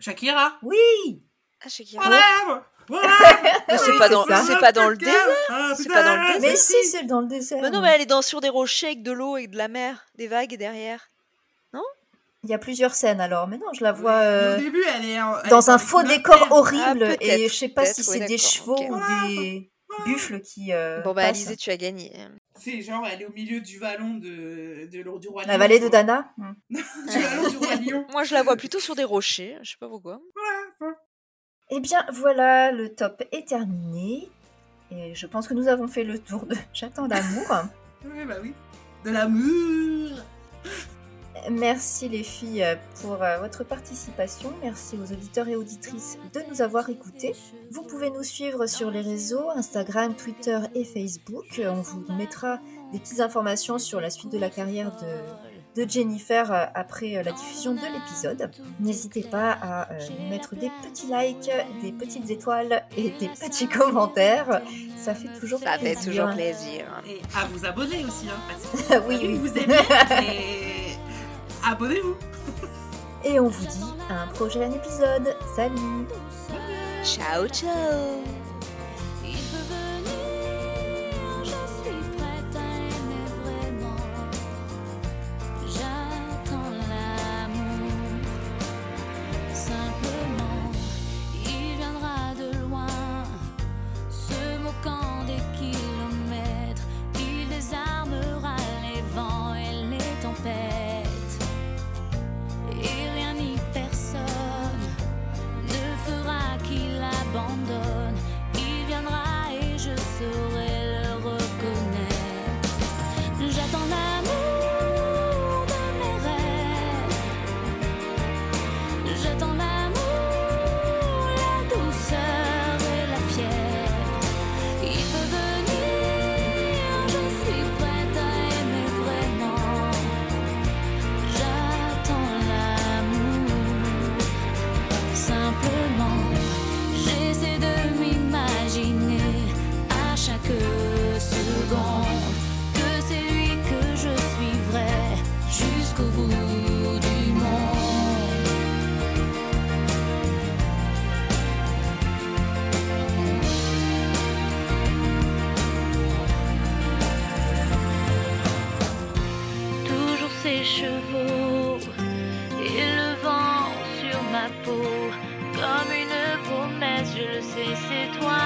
[SPEAKER 3] Shakira.
[SPEAKER 1] Oui
[SPEAKER 4] Ah, Shakira.
[SPEAKER 3] Oh Whatever.
[SPEAKER 4] Mais c'est pas dans- c'est pas dans le
[SPEAKER 3] Ah,
[SPEAKER 4] désert, c'est pas dans le
[SPEAKER 1] Mais si, c'est dans le désert.
[SPEAKER 4] Mais non, mais elle est dans, sur des rochers avec de l'eau et de la mer, des vagues derrière.
[SPEAKER 1] Il y a plusieurs scènes alors, mais non, je la vois euh,
[SPEAKER 3] Au début, elle est en- elle est
[SPEAKER 1] dans un
[SPEAKER 3] les
[SPEAKER 1] faux
[SPEAKER 3] couleurs
[SPEAKER 1] décor
[SPEAKER 3] vertes.
[SPEAKER 1] horrible
[SPEAKER 4] Ah,
[SPEAKER 1] et
[SPEAKER 4] peut-être,
[SPEAKER 1] je sais pas si
[SPEAKER 4] peut-être,
[SPEAKER 1] c'est
[SPEAKER 4] oui,
[SPEAKER 1] des
[SPEAKER 4] d'accord,
[SPEAKER 1] chevaux
[SPEAKER 4] ok. Ah,
[SPEAKER 1] ou des buffles qui. euh,
[SPEAKER 4] Bon, bah,
[SPEAKER 1] passent.
[SPEAKER 4] Alizé, tu as gagné.
[SPEAKER 3] C'est genre, elle est au milieu du vallon de, de, l'eau- du roi
[SPEAKER 1] La
[SPEAKER 3] Lion,
[SPEAKER 1] vallée de
[SPEAKER 3] quoi.
[SPEAKER 1] Dana hmm.
[SPEAKER 3] Du vallon du roi Lion.
[SPEAKER 4] Moi, je la vois plutôt sur des rochers, je sais pas pourquoi.
[SPEAKER 1] Eh bien voilà, le top est terminé. Et je pense que nous avons fait le tour de J'attends d'amour.
[SPEAKER 3] Oui, bah oui. De l'amour.
[SPEAKER 1] Merci les filles pour euh, votre participation. Merci aux auditeurs et auditrices de nous avoir écoutés. Vous pouvez nous suivre sur les réseaux Instagram, Twitter et Facebook. On vous mettra des petites informations sur la suite de la carrière de de Jennifer euh, après euh, la diffusion de l'épisode. N'hésitez pas à euh, nous mettre des petits likes, des petites étoiles et des petits commentaires. Ça fait toujours
[SPEAKER 4] Ça fait
[SPEAKER 1] plaisir.
[SPEAKER 4] toujours plaisir. hein.
[SPEAKER 3] Et à vous abonner aussi, hein, parce que
[SPEAKER 1] oui, oui.
[SPEAKER 3] vous aimez. Et abonnez-vous.
[SPEAKER 1] Et on vous dit à un prochain épisode. Salut
[SPEAKER 4] Ciao, ciao
[SPEAKER 5] Il peut venir, je suis prête à aimer vraiment. J'attends l'amour, simplement. Il viendra de loin, se moquant des kilomètres. Il désarmera les vents et les tempêtes. Et rien ni personne ne fera qu'il abandonne. Il viendra et je saurai le reconnaître. J'attends l'amour de mes rêves. J'attends l'amour, la douceur et la fièvre. Il peut venir, je suis prête à aimer vraiment. J'attends l'amour, simplement. J'essaie de m'imaginer à chaque seconde que c'est lui que je suivrai jusqu'au bout du monde. toujours ses chevaux et le vent sur ma peau comme une promesse, je le sais, c'est toi